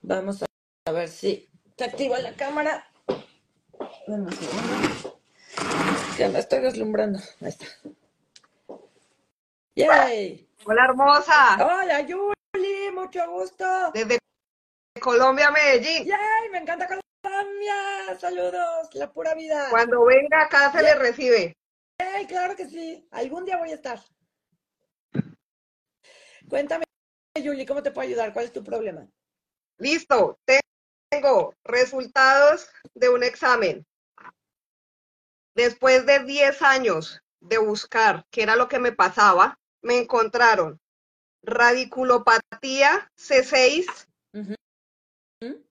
Vamos a a ver si se activa la cámara. Dame un segundo. Que me estoy deslumbrando. Ahí está. ¡Yay!
Hola hermosa,
Hola, Julie, mucho gusto.
desde Colombia, Medellín.
¡Yay! Me encanta Colombia. Saludos, la pura vida.
Cuando venga acá se le recibe.
¡Yay! Claro que sí. Algún día voy a estar. Cuéntame, Julie, ¿cómo te puedo ayudar? ¿Cuál es tu problema?
Listo, tengo resultados de un examen. Después de 10 años de buscar qué era lo que me pasaba, me encontraron radiculopatía C6,
Ujú. Ujú.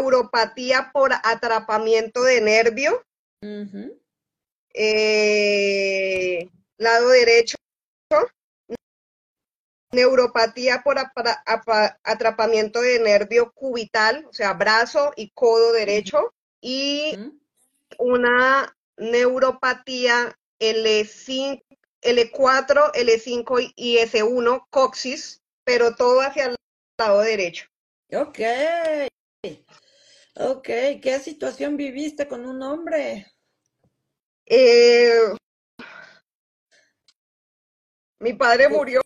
neuropatía por atrapamiento de nervio,
Ujú.
eh, lado derecho, neuropatía por apra- apa- atrapamiento de nervio cubital, o sea, brazo y codo derecho, y
Ujú.
una neuropatía L5, L4, L5 y S1, coxis, pero todo hacia el lado derecho.
Ok, ok, ¿qué situación viviste con un hombre?
Eh, mi padre
Sí.
murió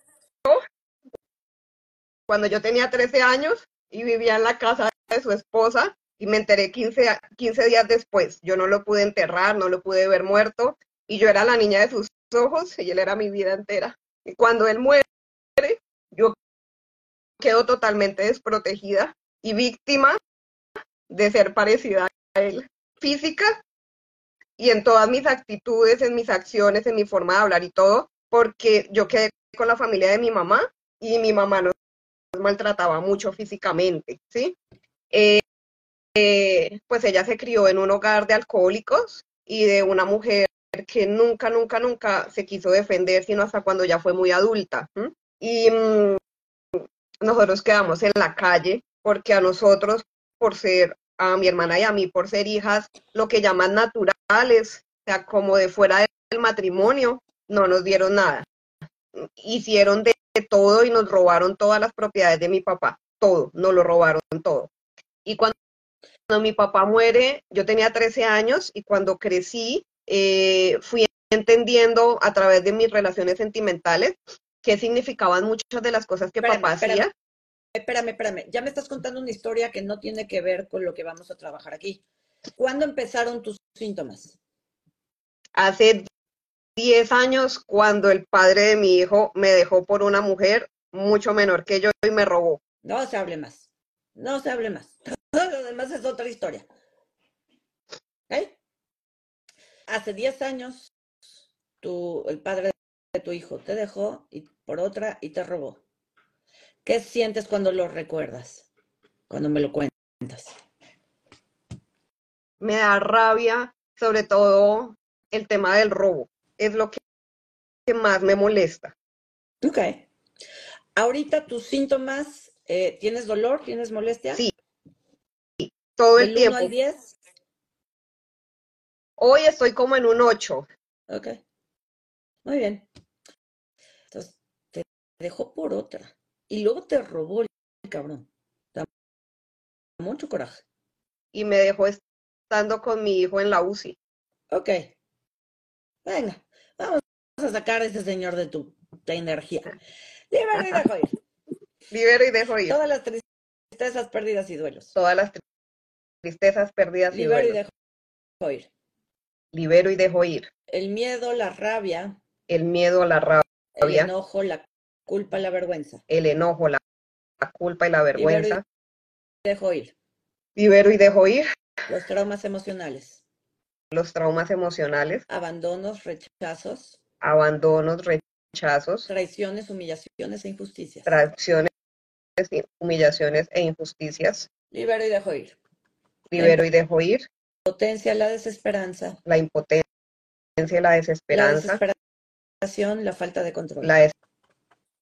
cuando yo tenía 13 años y vivía en la casa de su esposa y me enteré 15, a- 15 días después. Yo no lo pude enterrar, no lo pude ver muerto y yo era la niña de sus ojos y él era mi vida entera. Y cuando él muere, yo quedo totalmente desprotegida y víctima de ser parecida a él, física y en todas mis actitudes, en mis acciones, en mi forma de hablar y todo, porque yo quedé con la familia de mi mamá y mi mamá nos maltrataba mucho físicamente, ¿sí? Eh, eh, pues ella se crió en un hogar de alcohólicos y de una mujer que nunca, nunca, nunca se quiso defender, sino hasta cuando ya fue muy adulta. ¿m? Y mm, nosotros quedamos en la calle porque a nosotros, por ser, a mi hermana y a mí, por ser hijas, lo que llaman naturales, o sea, como de fuera del matrimonio, no nos dieron nada. Hicieron de todo y nos robaron todas las propiedades de mi papá, todo, nos lo robaron todo. Y cuando, cuando mi papá muere, yo tenía 13 años y cuando crecí, eh, fui entendiendo a través de mis relaciones sentimentales qué significaban muchas de las cosas que
Espérame,
papá
espérame.
hacía.
Espérame, espérame. Ya me estás contando una historia que no tiene que ver con lo que vamos a trabajar aquí. ¿Cuándo empezaron tus síntomas?
Hace 10 años, cuando el padre de mi hijo me dejó por una mujer mucho menor que yo y me robó.
No se hable más. No se hable más. (laughs) Todo lo demás es otra historia. ¿Ok? Hace 10 años, tu, el padre de tu hijo te dejó y por otra y te robó. ¿Qué sientes cuando lo recuerdas? Cuando me lo cuentas.
Me da rabia, sobre todo el tema del robo. Es lo que, que más me molesta.
Ok. Ahorita tus síntomas, eh, ¿tienes dolor? ¿Tienes molestia?
Sí, Todo
¿Del
el
1
tiempo.
al 10?
Hoy estoy como en un 8.
Ok. Muy bien. Entonces, te dejó por otra. Y luego te robó el cabrón. Da mucho coraje.
y me dejó estando con mi hijo en la UCI.
Ok. Venga. Vamos a sacar a este señor de tu de energía. Libera y deja ir.
Libero y dejo ir
Todas las tristezas, pérdidas y duelos.
todas las tri- tristezas, pérdidas y
Libera y
duelos.
dejo ir.
Libero y dejo ir
El miedo, la rabia,
el miedo, la rabia,
el
Había-
enojo, la culpa, la vergüenza.
el enojo, la, la culpa y la
Libero y
vergüenza.
dejo ir.
Libero y dejo ir
Los traumas emocionales,
los traumas emocionales,
abandonos, rechazos,
abandonos, rechazos,
traiciones, humillaciones e injusticias.
traiciones, humillaciones e injusticias.
Libero y dejo ir.
Libero y dejo ir
Potencia, la desesperanza,
la impotencia, la
la
desesperanza,
desesperación, la falta de control.
la des-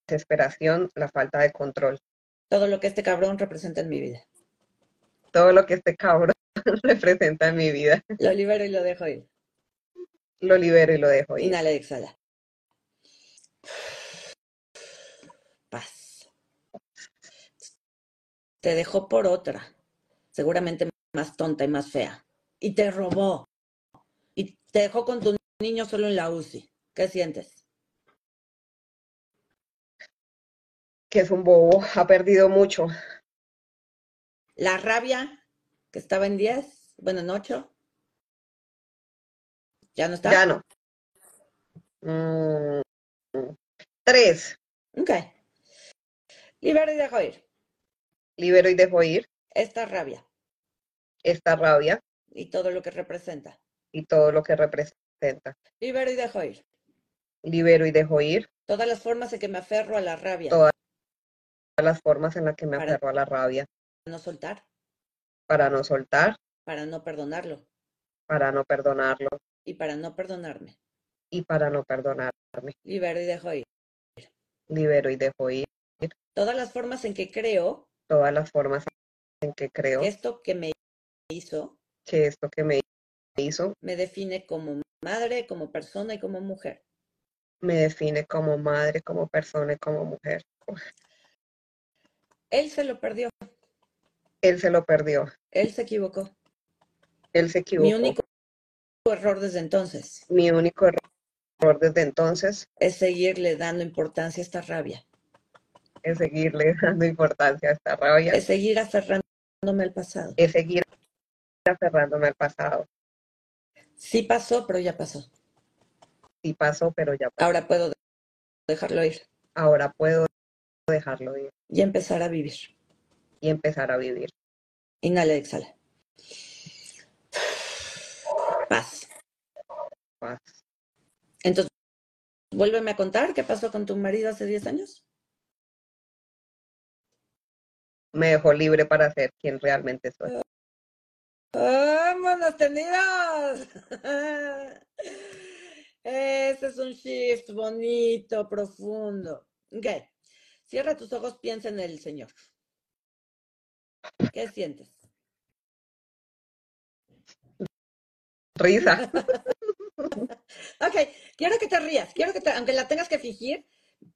desesperación, la falta de control.
Todo lo que este cabrón representa en mi vida.
todo lo que este cabrón (laughs) representa en mi vida.
Lo libero y lo dejo ir.
Lo libero y lo dejo ir.
Inhala y exhala. Paz. Te dejó por otra, seguramente más tonta y más fea. Y te robó. Y te dejó con tu niño solo en la UCI. ¿Qué sientes?
Que es un bobo, ha perdido mucho.
La rabia, que estaba en 10, bueno, en 8. Ya no está.
Ya no. Mm, tres.
Ok. Libera y deja ir
Libero y dejo ir
esta rabia
esta rabia
y todo lo que representa.
y todo lo que representa.
Libero y dejo ir
Libero y dejo ir
todas las formas en que me aferro a la rabia
Todas. todas las formas en las que me
Para-
aferro a la rabia
para no soltar,
para no soltar,
para no perdonarlo
para no perdonarlo
y para no perdonarme.
y para no perdonar.
Libero y dejo ir
Libero y dejo ir
todas las formas en que creo
todas las formas en que creo
que esto que me hizo
que esto que me hizo
me define como madre, como persona y como mujer.
me define como madre, como persona y como mujer.
Él se lo perdió,
Él se lo perdió.
él se equivocó.
Él se equivocó.
Mi único error desde entonces
erro- error desde entonces
es seguirle dando importancia a esta rabia,
es seguirle (laughs) dando importancia a esta rabia,
es seguir aferrándome al pasado.
es seguir aferrándome al pasado.
Sí pasó, pero ya pasó.
Sí pasó, pero ya pasó.
Ahora puedo dejarlo ir
Ahora puedo dejarlo ir
y empezar a vivir.
y empezar a vivir.
Inhala, y exhala. Paz.
Paz.
Entonces, vuélveme a contar qué pasó con tu marido hace 10 años.
Me dejó libre para ser quien realmente soy.
¡Vámonos, tenidos! Ese es un shift bonito, profundo. Ok. Cierra tus ojos, piensa en el Señor. ¿Qué sientes?
Risa. (laughs)
Ok, quiero que te rías, quiero que te, aunque la tengas que fingir,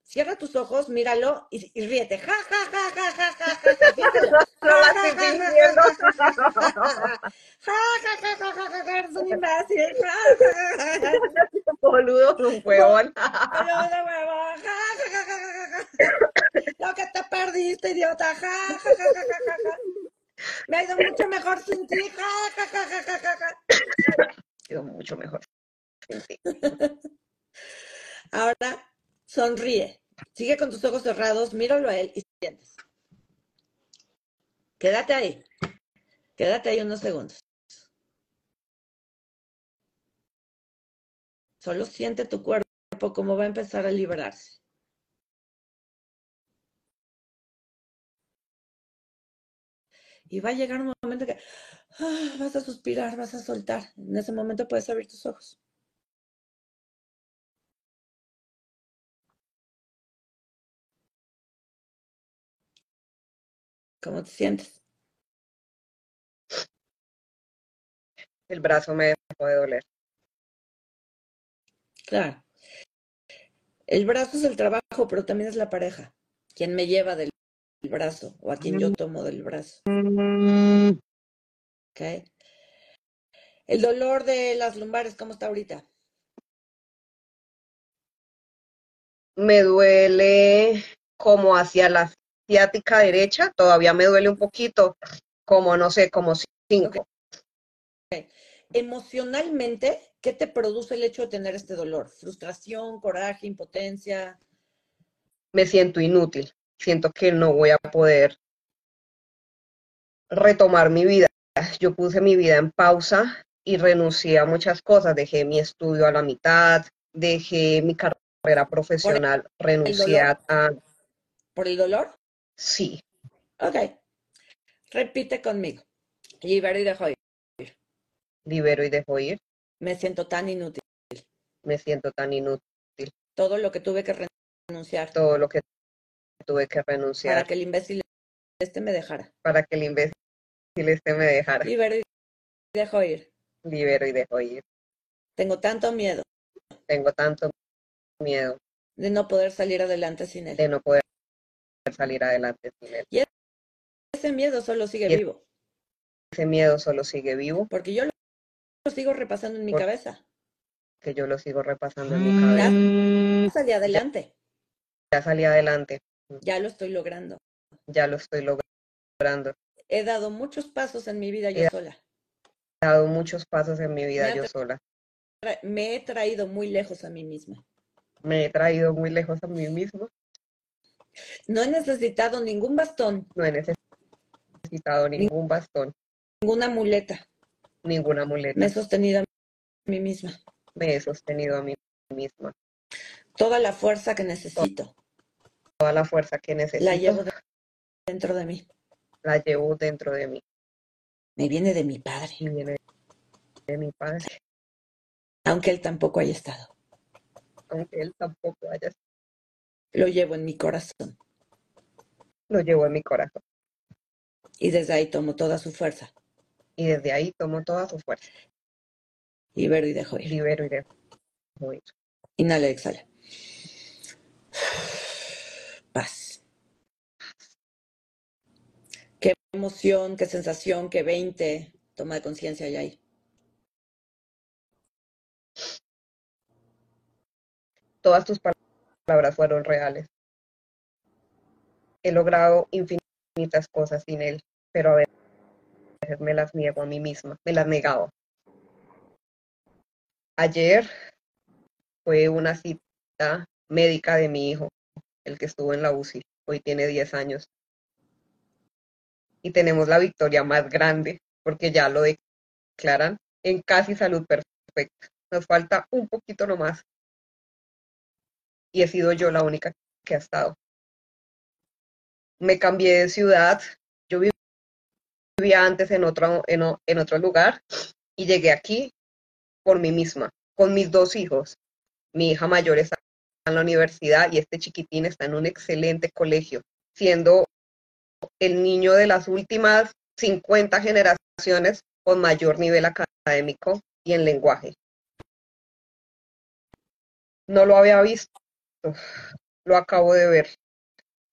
cierra tus ojos, míralo y, y ríete. Ja, ja, ja, ja, ja, ja, ja, ja, siéntelo.
No, no la estoy fingiendo.
Ja, ja, ja, ja, ja, ja, ja, eres un imbécil. Ja, ja, ja, ja, ja.
Boludo, tu huevón.
Hola, hola, huevón. Ja, ja, ja, ja, ja, ja, ja. Lo que te perdiste, idiota. Ja, ja, ja, ja, ja, ja, ja. Me ha ido mucho mejor sin ti. Ja, ja, ja, ja, ja, ja, ja.
Quedó mucho mejor.
Ahora sonríe. Sigue con tus ojos cerrados, míralo a él y sientes. Quédate ahí. Quédate ahí unos segundos. Solo siente tu cuerpo cómo va a empezar a liberarse. Y va a llegar un momento que ah, vas a suspirar, vas a soltar. En ese momento puedes abrir tus ojos. ¿Cómo te sientes?
El brazo me dejó de doler.
Claro. El brazo es el trabajo, pero también es la pareja. Quien me lleva del del brazo o a quien yo tomo del brazo. ¿Ok? El dolor de las lumbares, ¿cómo está ahorita?
Me duele como hacia la ciática derecha, todavía me duele un poquito, como no sé, como cinco.
Emocionalmente, ¿qué te produce el hecho de tener este dolor? Frustración, coraje, impotencia.
Me siento inútil, siento que no voy a poder retomar mi vida. Yo puse mi vida en pausa y renuncié a muchas cosas, dejé mi estudio a la mitad, dejé mi carrera profesional, renuncié a... a-
¿Por el dolor?
Sí,
Ok. Repite conmigo. Libero y dejo ir.
libero y dejo ir,
Me siento tan inútil.
me siento tan inútil,
Todo lo que tuve que renunciar
todo lo que tuve que
para
renunciar
que el imbécil este me dejara.
para que el imbécil este me dejara,
Libero y dejo ir.
libero y dejo ir.
Tengo tanto miedo
Tengo tanto miedo
de no poder salir adelante sin él.
de no poder salir adelante sin él.
Ese miedo solo sigue
Y-
vivo,
Ese miedo solo sigue vivo,
porque yo lo, lo sigo repasando en mi
Por-
cabeza.
que yo lo sigo repasando en mi
Mm.
cabeza.
Salí adelante,
ya salí adelante,
ya lo estoy logrando.
ya lo estoy logrando.
He dado muchos pasos en mi vida yo
Ya.
sola.
He dado muchos pasos en mi vida
Ya
yo
te-
sola.
Tra- Me he traído muy lejos a mí misma.
Me he traído muy lejos a mí mismo.
No he necesitado ningún bastón,
No he necesitado ningún bastón,
ninguna muleta.
ninguna muleta.
Me he sostenido a mí misma.
Me he sostenido a mí misma.
Toda la fuerza que necesito
Toda la fuerza que
la
necesito
llevo de- dentro de mí.
la llevo dentro de mí.
Me viene de mi padre,
Y viene de mi padre,
aunque él tampoco haya estado.
aunque él tampoco haya.
Lo llevo en mi corazón
Lo llevo en mi corazón.
y desde ahí tomo toda su fuerza.
Y desde ahí tomo toda su fuerza.
Libero y dejo ir.
Libero y dejo. ir.
Inhala, y exhala. (sighs) Paz. Qué emoción, qué sensación, qué 20. Toma de conciencia ya ahí.
Todas tus pal- palabras fueron reales. He logrado infinitas cosas sin él, pero a veces me las niego a mí misma, me las negaba. Ayer fue una cita médica de mi hijo, el que estuvo en la UCI, hoy tiene 10 años. Y tenemos la victoria más grande, porque ya lo declaran en casi salud perfecta. Nos falta un poquito nomás y he sido yo la única que ha estado. Me cambié de ciudad, yo vi- vivía antes en otro, en, o- en otro lugar y llegué aquí por mí misma, con mis dos hijos, Mi hija mayor está en la universidad y este chiquitín está en un excelente colegio, siendo el niño de las últimas 50 generaciones con mayor nivel académico y en lenguaje. No lo había visto, lo acabo de ver.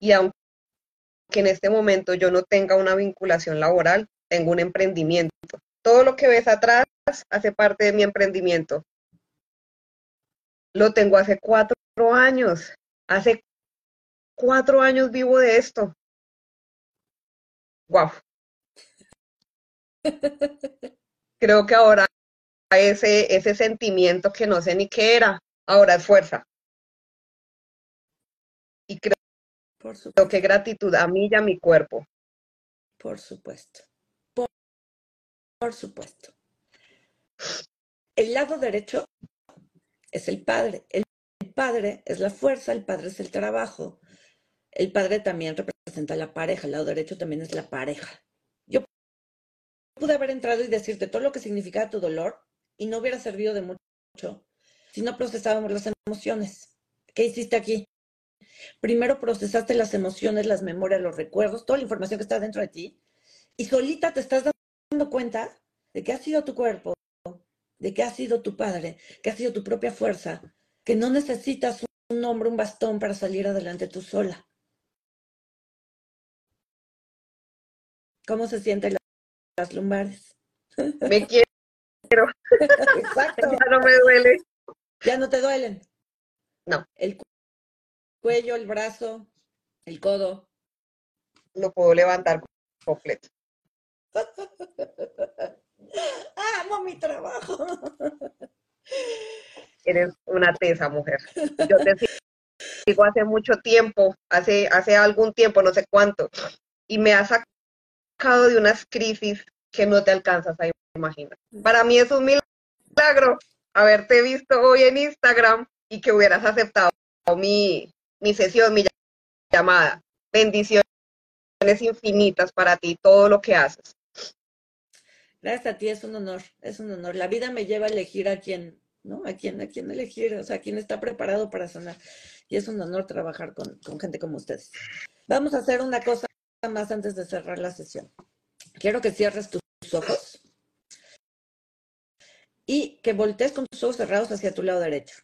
Y aunque en este momento yo no tenga una vinculación laboral, tengo un emprendimiento. Todo lo que ves atrás hace parte de mi emprendimiento. Lo tengo hace cuatro años. Hace cuatro años vivo de esto. Wow. Creo que ahora ese, ese sentimiento que no sé ni qué era, ahora es fuerza. Y creo,
Por
creo que gratitud a mí y a mi cuerpo.
Por supuesto. Por, por supuesto. El lado derecho es el padre. El, el padre es la fuerza, el padre es el trabajo. El padre también representa la pareja, el lado derecho también es la pareja. Yo pude haber entrado y decirte todo lo que significaba tu dolor y no hubiera servido de mucho si no procesábamos las emociones. ¿Qué hiciste aquí? Primero procesaste las emociones, las memorias, los recuerdos, toda la información que está dentro de ti. Y solita te estás dando cuenta de que ha sido tu cuerpo, de que ha sido tu padre, que ha sido tu propia fuerza, que no necesitas un hombre, un bastón para salir adelante tú sola. ¿Cómo se sienten las, las lumbares? (laughs)
Me quiero,
Exacto.
ya no me duele.
Ya no te duelen.
No.
El cu- cuello, el brazo, el codo.
Lo puedo levantar completo.
Amo mi trabajo.
Eres una tesa, mujer. Yo te (laughs) sigo hace mucho tiempo, hace, hace algún tiempo, no sé cuánto, y me has sacado de unas crisis que no te alcanzas a imaginar. Para mí es un milagro haberte visto hoy en Instagram y que hubieras aceptado mi, mi sesión, mi llamada. Bendiciones infinitas para ti, todo lo que haces.
Gracias a ti, es un honor, es un honor. La vida me lleva a elegir a quién, ¿no? A quién, a quién elegir, o sea, a quién está preparado para sanar. Y es un honor trabajar con, con gente como ustedes. Vamos a hacer una cosa más antes de cerrar la sesión. Quiero que cierres tus ojos y que voltees con tus ojos cerrados hacia tu lado derecho.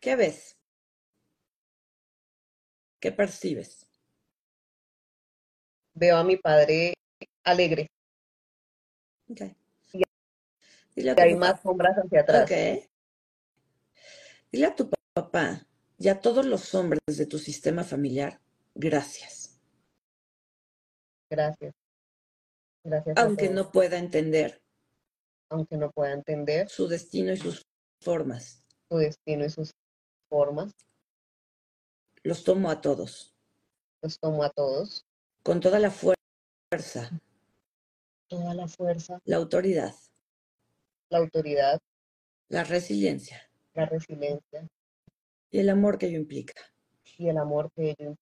¿Qué ves? ¿Qué percibes?
Veo a mi padre alegre
Ok.
Y-
Dile a
y
tu
hay
papá.
más sombras hacia atrás.
Ok. Dile a tu papá y a todos los hombres de tu sistema familiar, gracias.
Gracias. Gracias. a
Aunque
todos.
no pueda entender
aunque no pueda entender
su destino y sus formas,
su destino y sus formas,
los tomo a todos,
los tomo a todos,
con toda la fuer- fuerza,
toda la fuerza,
la autoridad,
la autoridad,
la resiliencia
la resiliencia
y el amor que ello implica.
y el amor que ellos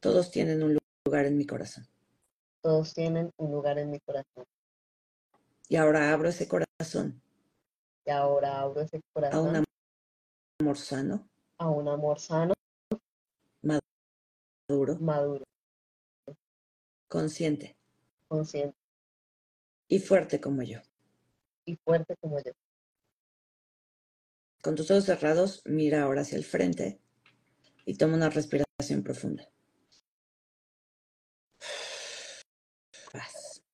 Todos tienen un lu- lugar en mi corazón.
todos tienen un lugar en mi corazón.
Y ahora abro ese corazón
Y ahora abro ese
a un
corazón
am- amor sano,
a un amor sano,
duro,
maduro,
consciente
consciente
y fuerte como yo.
y fuerte como yo.
Con tus ojos cerrados, mira ahora hacia el frente y toma una respiración profunda. Paz.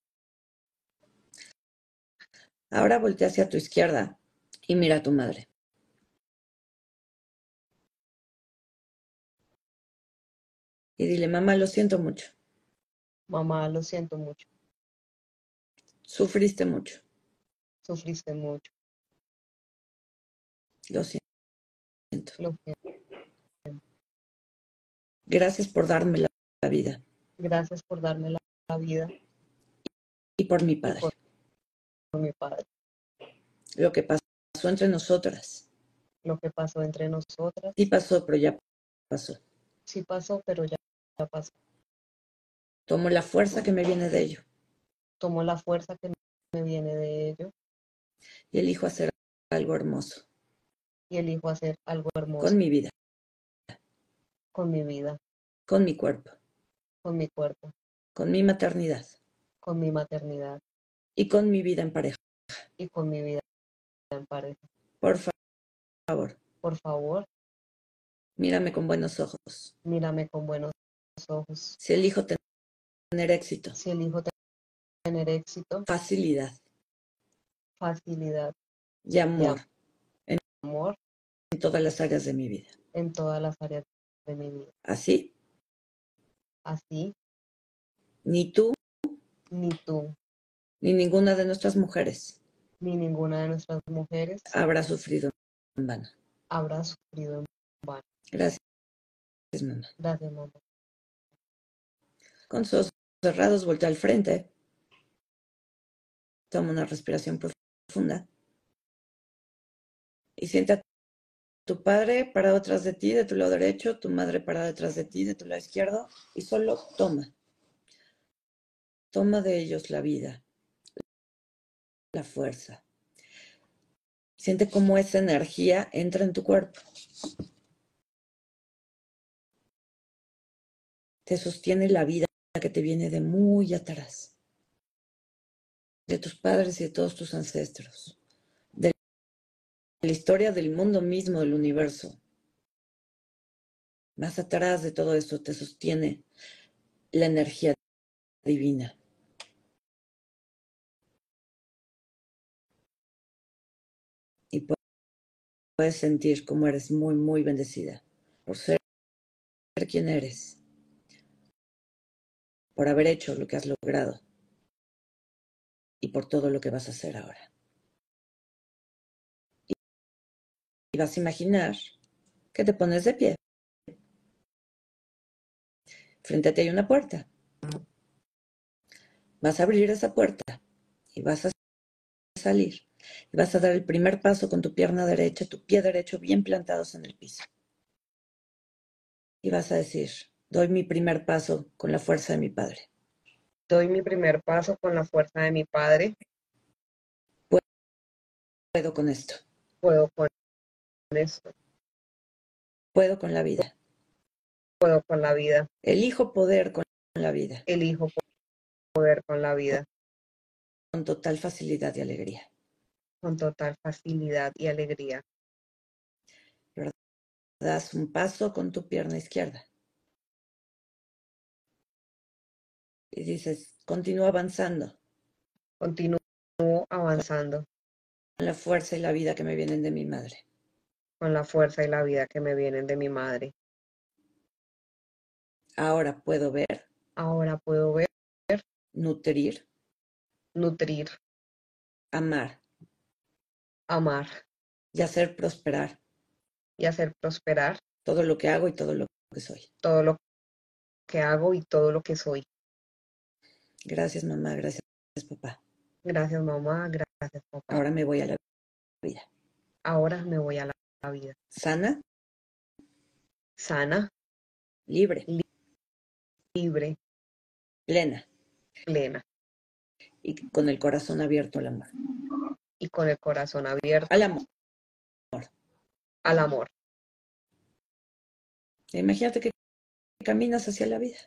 Ahora voltea hacia tu izquierda y mira a tu madre. Y dile, mamá, lo siento mucho,
Mamá, lo siento mucho,
sufriste mucho,
sufriste mucho,
lo siento.
lo siento.
Gracias por darme la, la vida
Gracias por darme la, la vida
y por mi padre.
por- con mi padre.
Lo que pasó entre nosotras.
Lo que pasó entre nosotras,
Sí pasó, pero ya pasó.
sí pasó, pero ya, ya pasó.
Tomo la fuerza que me viene de ello
Tomo la fuerza que me viene de ello
y elijo hacer algo hermoso
y elijo hacer algo hermoso
con mi vida,
con mi vida,
con mi cuerpo,
con mi cuerpo,
con mi maternidad
con mi maternidad
y con mi vida en pareja.
y con mi vida en pareja.
Por fa- favor,
Por favor,
mírame con buenos ojos.
mírame con buenos ojos.
Si elijo ten- tener éxito,
Si elijo te- tener éxito,
facilidad
facilidad,
y amor
amor
en todas las áreas de mi vida.
en todas las áreas de mi vida.
Así,
Así,
ni tú
ni tú,
ni ninguna de nuestras mujeres
ni ninguna de nuestras mujeres
habrá sufrido en vano.
habrá sufrido.
Gracias, mamá.
Gracias, mamá.
Con sus ojos cerrados, voltea al frente. Toma una respiración profunda. Y sienta a tu padre parado detrás de ti, de tu lado derecho, tu madre parada detrás de ti, de tu lado izquierdo, y solo toma. Toma de ellos la vida, la fuerza. Siente cómo esa energía entra en tu cuerpo. Te sostiene la vida que te viene de muy atrás, de tus padres y de todos tus ancestros, de la historia del mundo mismo, del universo. Más atrás de todo esto te sostiene la energía divina. Y pu- puedes sentir cómo eres muy, muy bendecida por ser quien eres por haber hecho lo que has logrado y por todo lo que vas a hacer ahora. Y- Y vas a imaginar que te pones de pie. Frente a ti hay una puerta. Vas a abrir esa puerta y vas a salir. Y vas a dar el primer paso con tu pierna derecha, tu pie derecho bien plantados en el piso. Y vas a decir, doy mi primer paso con la fuerza de mi padre.
Doy mi primer paso con la fuerza de mi padre.
Puedo con esto.
Puedo con esto,
Puedo con la vida.
puedo con la vida.
Elijo poder con la vida,
Elijo poder con la vida
con total facilidad y alegría.
con total facilidad y alegría.
Das un paso con tu pierna izquierda. Y dices, continúa avanzando
Continúo avanzando
con la fuerza y la vida que me vienen de mi madre.
con la fuerza y la vida que me vienen de mi madre.
Ahora puedo ver,
Ahora puedo ver,
nutrir,
nutrir,
amar
amar
y hacer prosperar
y hacer prosperar
todo lo que hago y todo lo que soy.
todo lo que hago y todo lo que soy.
Gracias mamá, gracias papá.
Gracias mamá, gracias papá.
Ahora me voy a la vida.
Ahora me voy a la, la vida
Sana,
sana,
libre,
libre,
plena
plena
y con el corazón abierto al amor.
y con el corazón abierto
Al amor.
al amor.
Imagínate que caminas hacia la vida.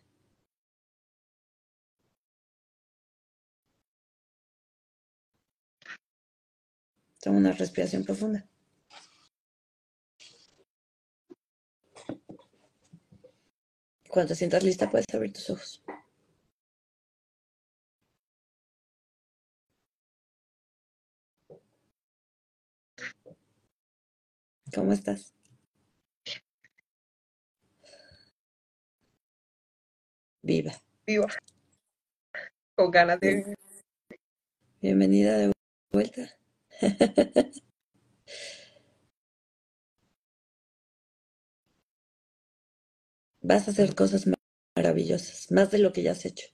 Toma una respiración profunda. Cuando te sientas lista, puedes abrir tus ojos. ¿Cómo estás? Viva.
Viva. Con ganas de vivir.
Bienvenida de vuelta. (laughs) Vas a hacer cosas ma- maravillosas, más de lo que ya has hecho.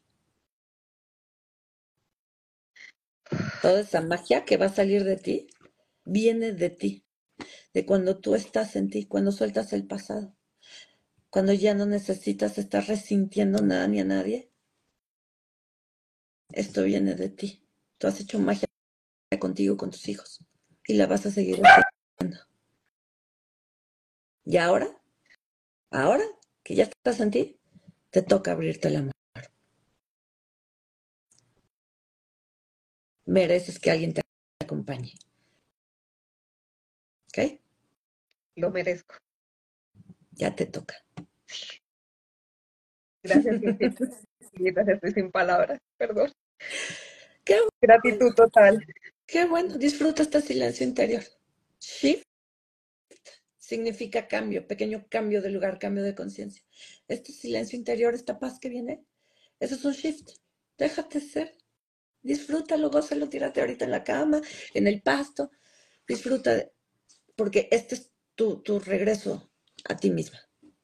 Toda esa magia que va a salir de ti viene de ti, de cuando tú estás en ti, cuando sueltas el pasado, cuando ya no necesitas estar resintiendo nada ni a nadie. Esto viene de ti. Tú has hecho magia contigo, con tus hijos. y la vas a seguir haciendo. Y ahora, ahora que ya estás en ti, te toca abrirte el amor. Mereces que alguien te acompañe. ¿Ok?
Lo merezco.
Ya te toca.
Gracias, infinitas. Estoy sin palabras, perdón.
Qué,
Gratitud total.
qué bueno, disfruta este silencio interior. Shift significa cambio, pequeño cambio de lugar, cambio de conciencia. Este silencio interior, esta paz que viene, eso es un shift. Déjate ser. Disfrútalo, gózalo, tírate ahorita en la cama, en el pasto. Disfruta, de- porque este es tu, tu regreso a ti misma.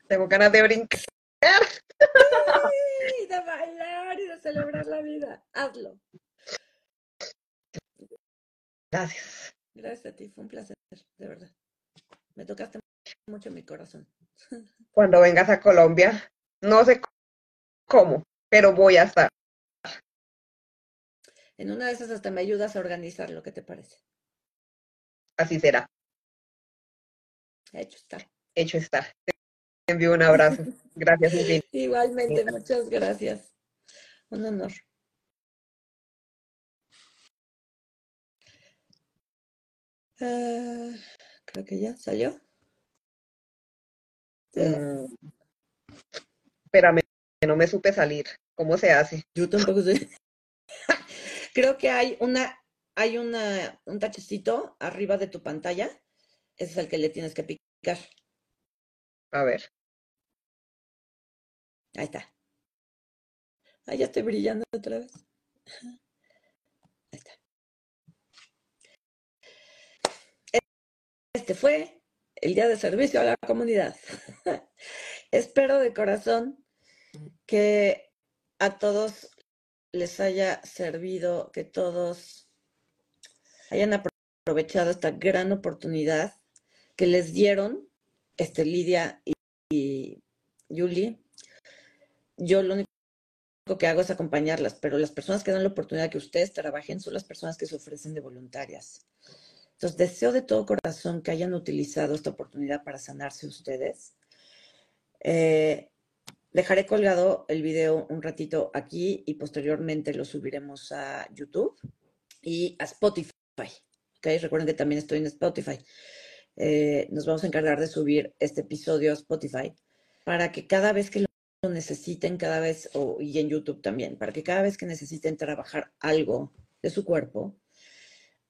Tengo ganas de brincar.
y de bailar y de celebrar la vida. Hazlo.
Gracias.
Gracias a ti, fue un placer, de verdad. Me tocaste mucho mi corazón.
Cuando vengas a Colombia, no sé cómo, pero voy a estar.
En una de esas hasta me ayudas a organizar lo que te parece.
Así será.
Hecho está.
Hecho está. Te envío un abrazo. Gracias,
(laughs)
Lili.
Igualmente, muchas gracias. Un honor. Ah, creo que ya salió. Eh,
Mm. Espérame, que no me supe salir. ¿Cómo se hace?
Yo tampoco sé. (laughs) Creo que hay una, hay una, un tachecito arriba de tu pantalla. Ese es el que le tienes que picar.
A ver.
Ahí está. Ah, ya estoy brillando otra vez. Ajá. Ahí está. Este fue el día de servicio a la comunidad. (laughs) Espero de corazón que a todos les haya servido, que todos hayan apro- aprovechado esta gran oportunidad que les dieron este, Lidia y, y Julie yo lo único que hago es acompañarlas, pero las personas que dan la oportunidad que ustedes trabajen son las personas que se ofrecen de voluntarias. Entonces, deseo de todo corazón que hayan utilizado esta oportunidad para sanarse ustedes. Eh, dejaré colgado el video un ratito aquí y posteriormente lo subiremos a YouTube y a Spotify. ¿ok? Recuerden que también estoy en Spotify. Eh, nos vamos a encargar de subir este episodio a Spotify para que cada vez que lo lo necesiten cada vez, o, y en YouTube también, para que cada vez que necesiten trabajar algo de su cuerpo,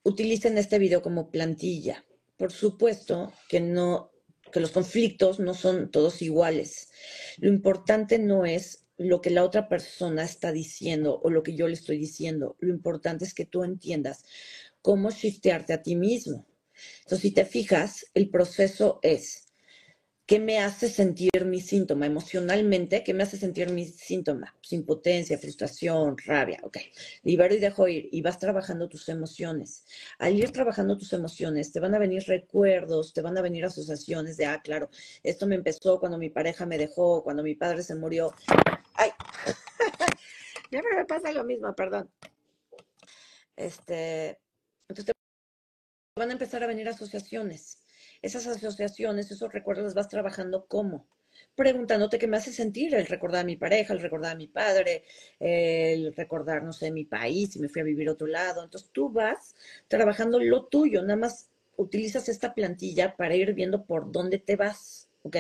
utilicen este video como plantilla. Por supuesto que no, que los conflictos no son todos iguales. Lo importante no es lo que la otra persona está diciendo o lo que yo le estoy diciendo. Lo importante es que tú entiendas cómo shiftearte a ti mismo. Entonces, si te fijas, el proceso es ¿Qué me hace sentir mi síntoma emocionalmente? ¿Qué me hace sentir mi síntoma? Pues, impotencia, frustración, rabia. Ok. Libero y dejo ir. Y vas trabajando tus emociones. Al ir trabajando tus emociones, te van a venir recuerdos, te van a venir asociaciones de, ah, claro, esto me empezó cuando mi pareja me dejó, cuando mi padre se murió. Ay, (laughs) siempre me pasa lo mismo, perdón. Este, entonces te van a empezar a venir asociaciones esas asociaciones, esos recuerdos, los vas trabajando cómo? Preguntándote qué me hace sentir el recordar a mi pareja, el recordar a mi padre, el recordar, no sé, mi país, si me fui a vivir a otro lado. Entonces tú vas trabajando lo tuyo, nada más utilizas esta plantilla para ir viendo por dónde te vas, ¿ok?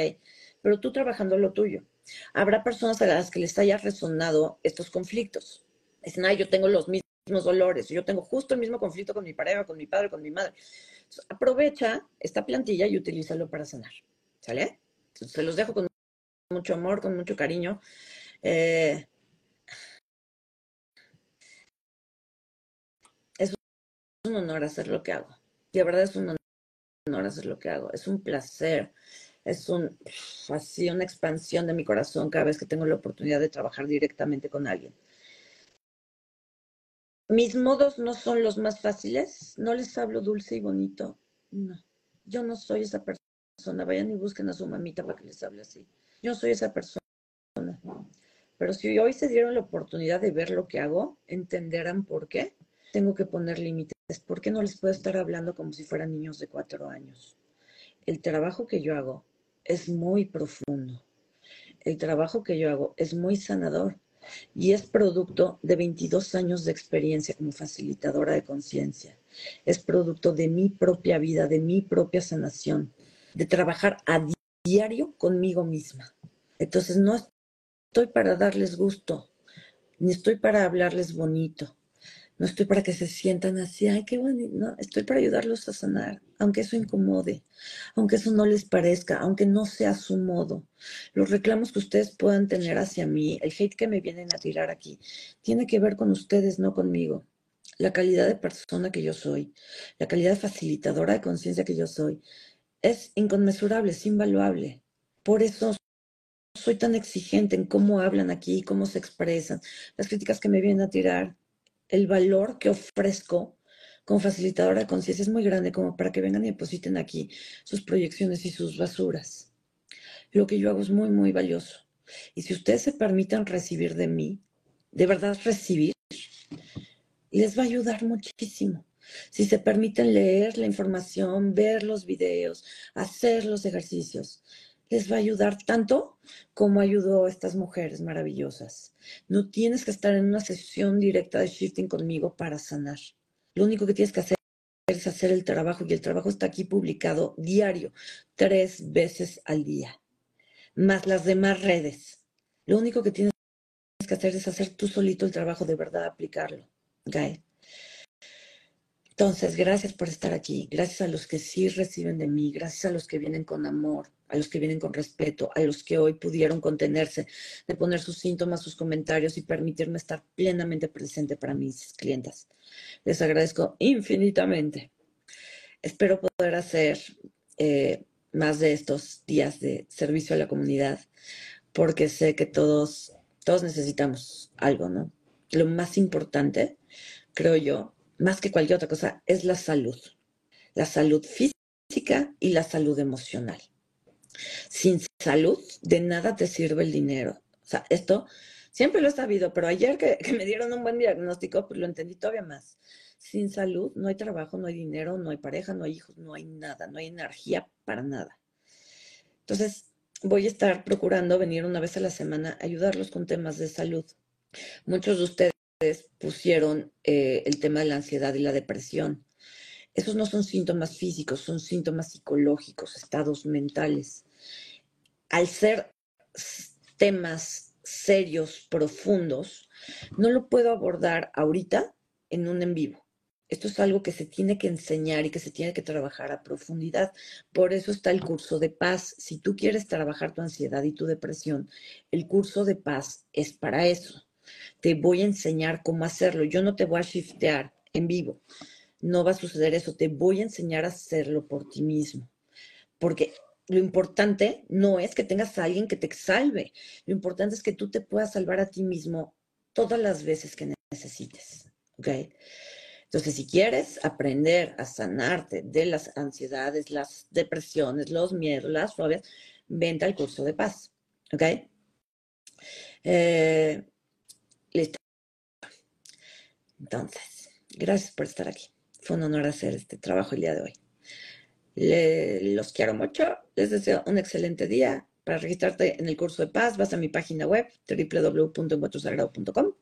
Pero tú trabajando lo tuyo. Habrá personas a las que les haya resonado estos conflictos. Dicen, ay, yo tengo los mismos dolores, yo tengo justo el mismo conflicto con mi pareja, con mi padre, con mi madre. Entonces, aprovecha esta plantilla y utilízalo para sanar. ¿Sale? Entonces, se los dejo con mucho amor, con mucho cariño. Eh, es un honor hacer lo que hago. De verdad es un honor hacer lo que hago. Es un placer. Es un así una expansión de mi corazón cada vez que tengo la oportunidad de trabajar directamente con alguien. Mis modos no son los más fáciles. No les hablo dulce y bonito. No, yo no soy esa persona. Vayan y busquen a su mamita para que les hable así. Yo soy esa persona. Pero si hoy se dieron la oportunidad de ver lo que hago, entenderán por qué tengo que poner límites ¿por qué no les puedo estar hablando como si fueran niños de cuatro años? El trabajo que yo hago es muy profundo. El trabajo que yo hago es muy sanador y es producto de 22 años de experiencia como facilitadora de conciencia. Es producto de mi propia vida, de mi propia sanación, de trabajar a diario conmigo misma. Entonces no estoy para darles gusto, ni estoy para hablarles bonito, no estoy para que se sientan así, ay, qué bonito, no, estoy para ayudarlos a sanar, aunque eso incomode, aunque eso no les parezca, aunque no sea su modo. Los reclamos que ustedes puedan tener hacia mí, el hate que me vienen a tirar aquí, tiene que ver con ustedes, no conmigo. La calidad de persona que yo soy, la calidad facilitadora de conciencia que yo soy, es inconmensurable, es invaluable. Por eso soy tan exigente en cómo hablan aquí, cómo se expresan, las críticas que me vienen a tirar, el valor que ofrezco con facilitadora de conciencia es muy grande como para que vengan y depositen aquí sus proyecciones y sus basuras. Lo que yo hago es muy, muy valioso. Y si ustedes se permiten recibir de mí, de verdad recibir, les va a ayudar muchísimo. Si se permiten leer la información, ver los videos, hacer los ejercicios, les va a ayudar tanto como ayudó a estas mujeres maravillosas. No tienes que estar en una sesión directa de shifting conmigo para sanar. Lo único que tienes que hacer es hacer el trabajo y el trabajo está aquí publicado diario, tres veces al día, más las demás redes. Lo único que tienes que hacer es hacer tú solito el trabajo de verdad, aplicarlo. ¿Okay? Entonces, gracias por estar aquí, gracias a los que sí reciben de mí, gracias a los que vienen con amor, a los que vienen con respeto, a los que hoy pudieron contenerse de poner sus síntomas, sus comentarios y permitirme estar plenamente presente para mis clientas. Les agradezco infinitamente. Espero poder hacer eh, más de estos días de servicio a la comunidad, porque sé que todos, todos necesitamos algo, ¿no? Lo más importante, creo yo, más que cualquier otra cosa, es la salud. La salud física y la salud emocional. Sin salud, de nada te sirve el dinero. O sea, esto siempre lo he sabido, pero ayer que, que, me dieron un buen diagnóstico, pues lo entendí todavía más. Sin salud no hay trabajo, no hay dinero, no hay pareja, no hay hijos, no hay nada, no hay energía para nada. Entonces, voy a estar procurando venir una vez a la semana a ayudarlos con temas de salud. Muchos de ustedes pusieron eh, el tema de la ansiedad y la depresión. Esos no son síntomas físicos, son síntomas psicológicos, estados mentales. Al ser temas serios, profundos, no lo puedo abordar ahorita en un en vivo. Esto es algo que se tiene que enseñar y que se tiene que trabajar a profundidad. Por eso está el curso de paz. Si tú quieres trabajar tu ansiedad y tu depresión, el curso de paz es para eso. Te voy a enseñar cómo hacerlo. Yo no te voy a shiftear en vivo no va a suceder eso, te voy a enseñar a hacerlo por ti mismo. Porque lo importante no es que tengas a alguien que te salve, lo importante es que tú te puedas salvar a ti mismo todas las veces que necesites. ¿Ok? Entonces, si quieres aprender a sanarte de las ansiedades, las depresiones, los miedos, las fobias, vente al curso de paz. ¿Ok? Eh, listo. Entonces, gracias por estar aquí fue un honor hacer este trabajo el día de hoy. Le, los quiero mucho, les deseo un excelente día. Para registrarte en el curso de paz, vas a mi página web www.encuentrosagrado.com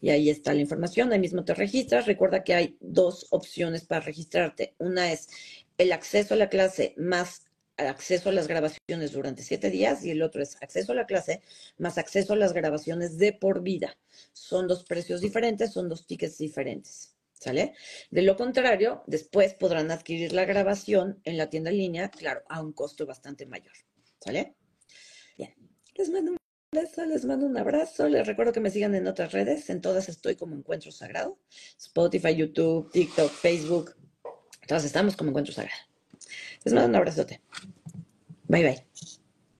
y ahí está la información, ahí mismo te registras. Recuerda que hay dos opciones para registrarte. Una es el acceso a la clase más acceso a las grabaciones durante siete días y el otro es acceso a la clase más acceso a las grabaciones de por vida. Son dos precios diferentes, son dos tickets diferentes. ¿sale? De lo contrario, después podrán adquirir la grabación en la tienda en línea, claro, a un costo bastante mayor, ¿sale? Bien, les mando un beso, les mando un abrazo, les recuerdo que me sigan en otras redes, en todas estoy como Encuentro Sagrado, Spotify, YouTube, TikTok, Facebook, todas estamos como Encuentro Sagrado. Les mando un abrazote. Bye bye.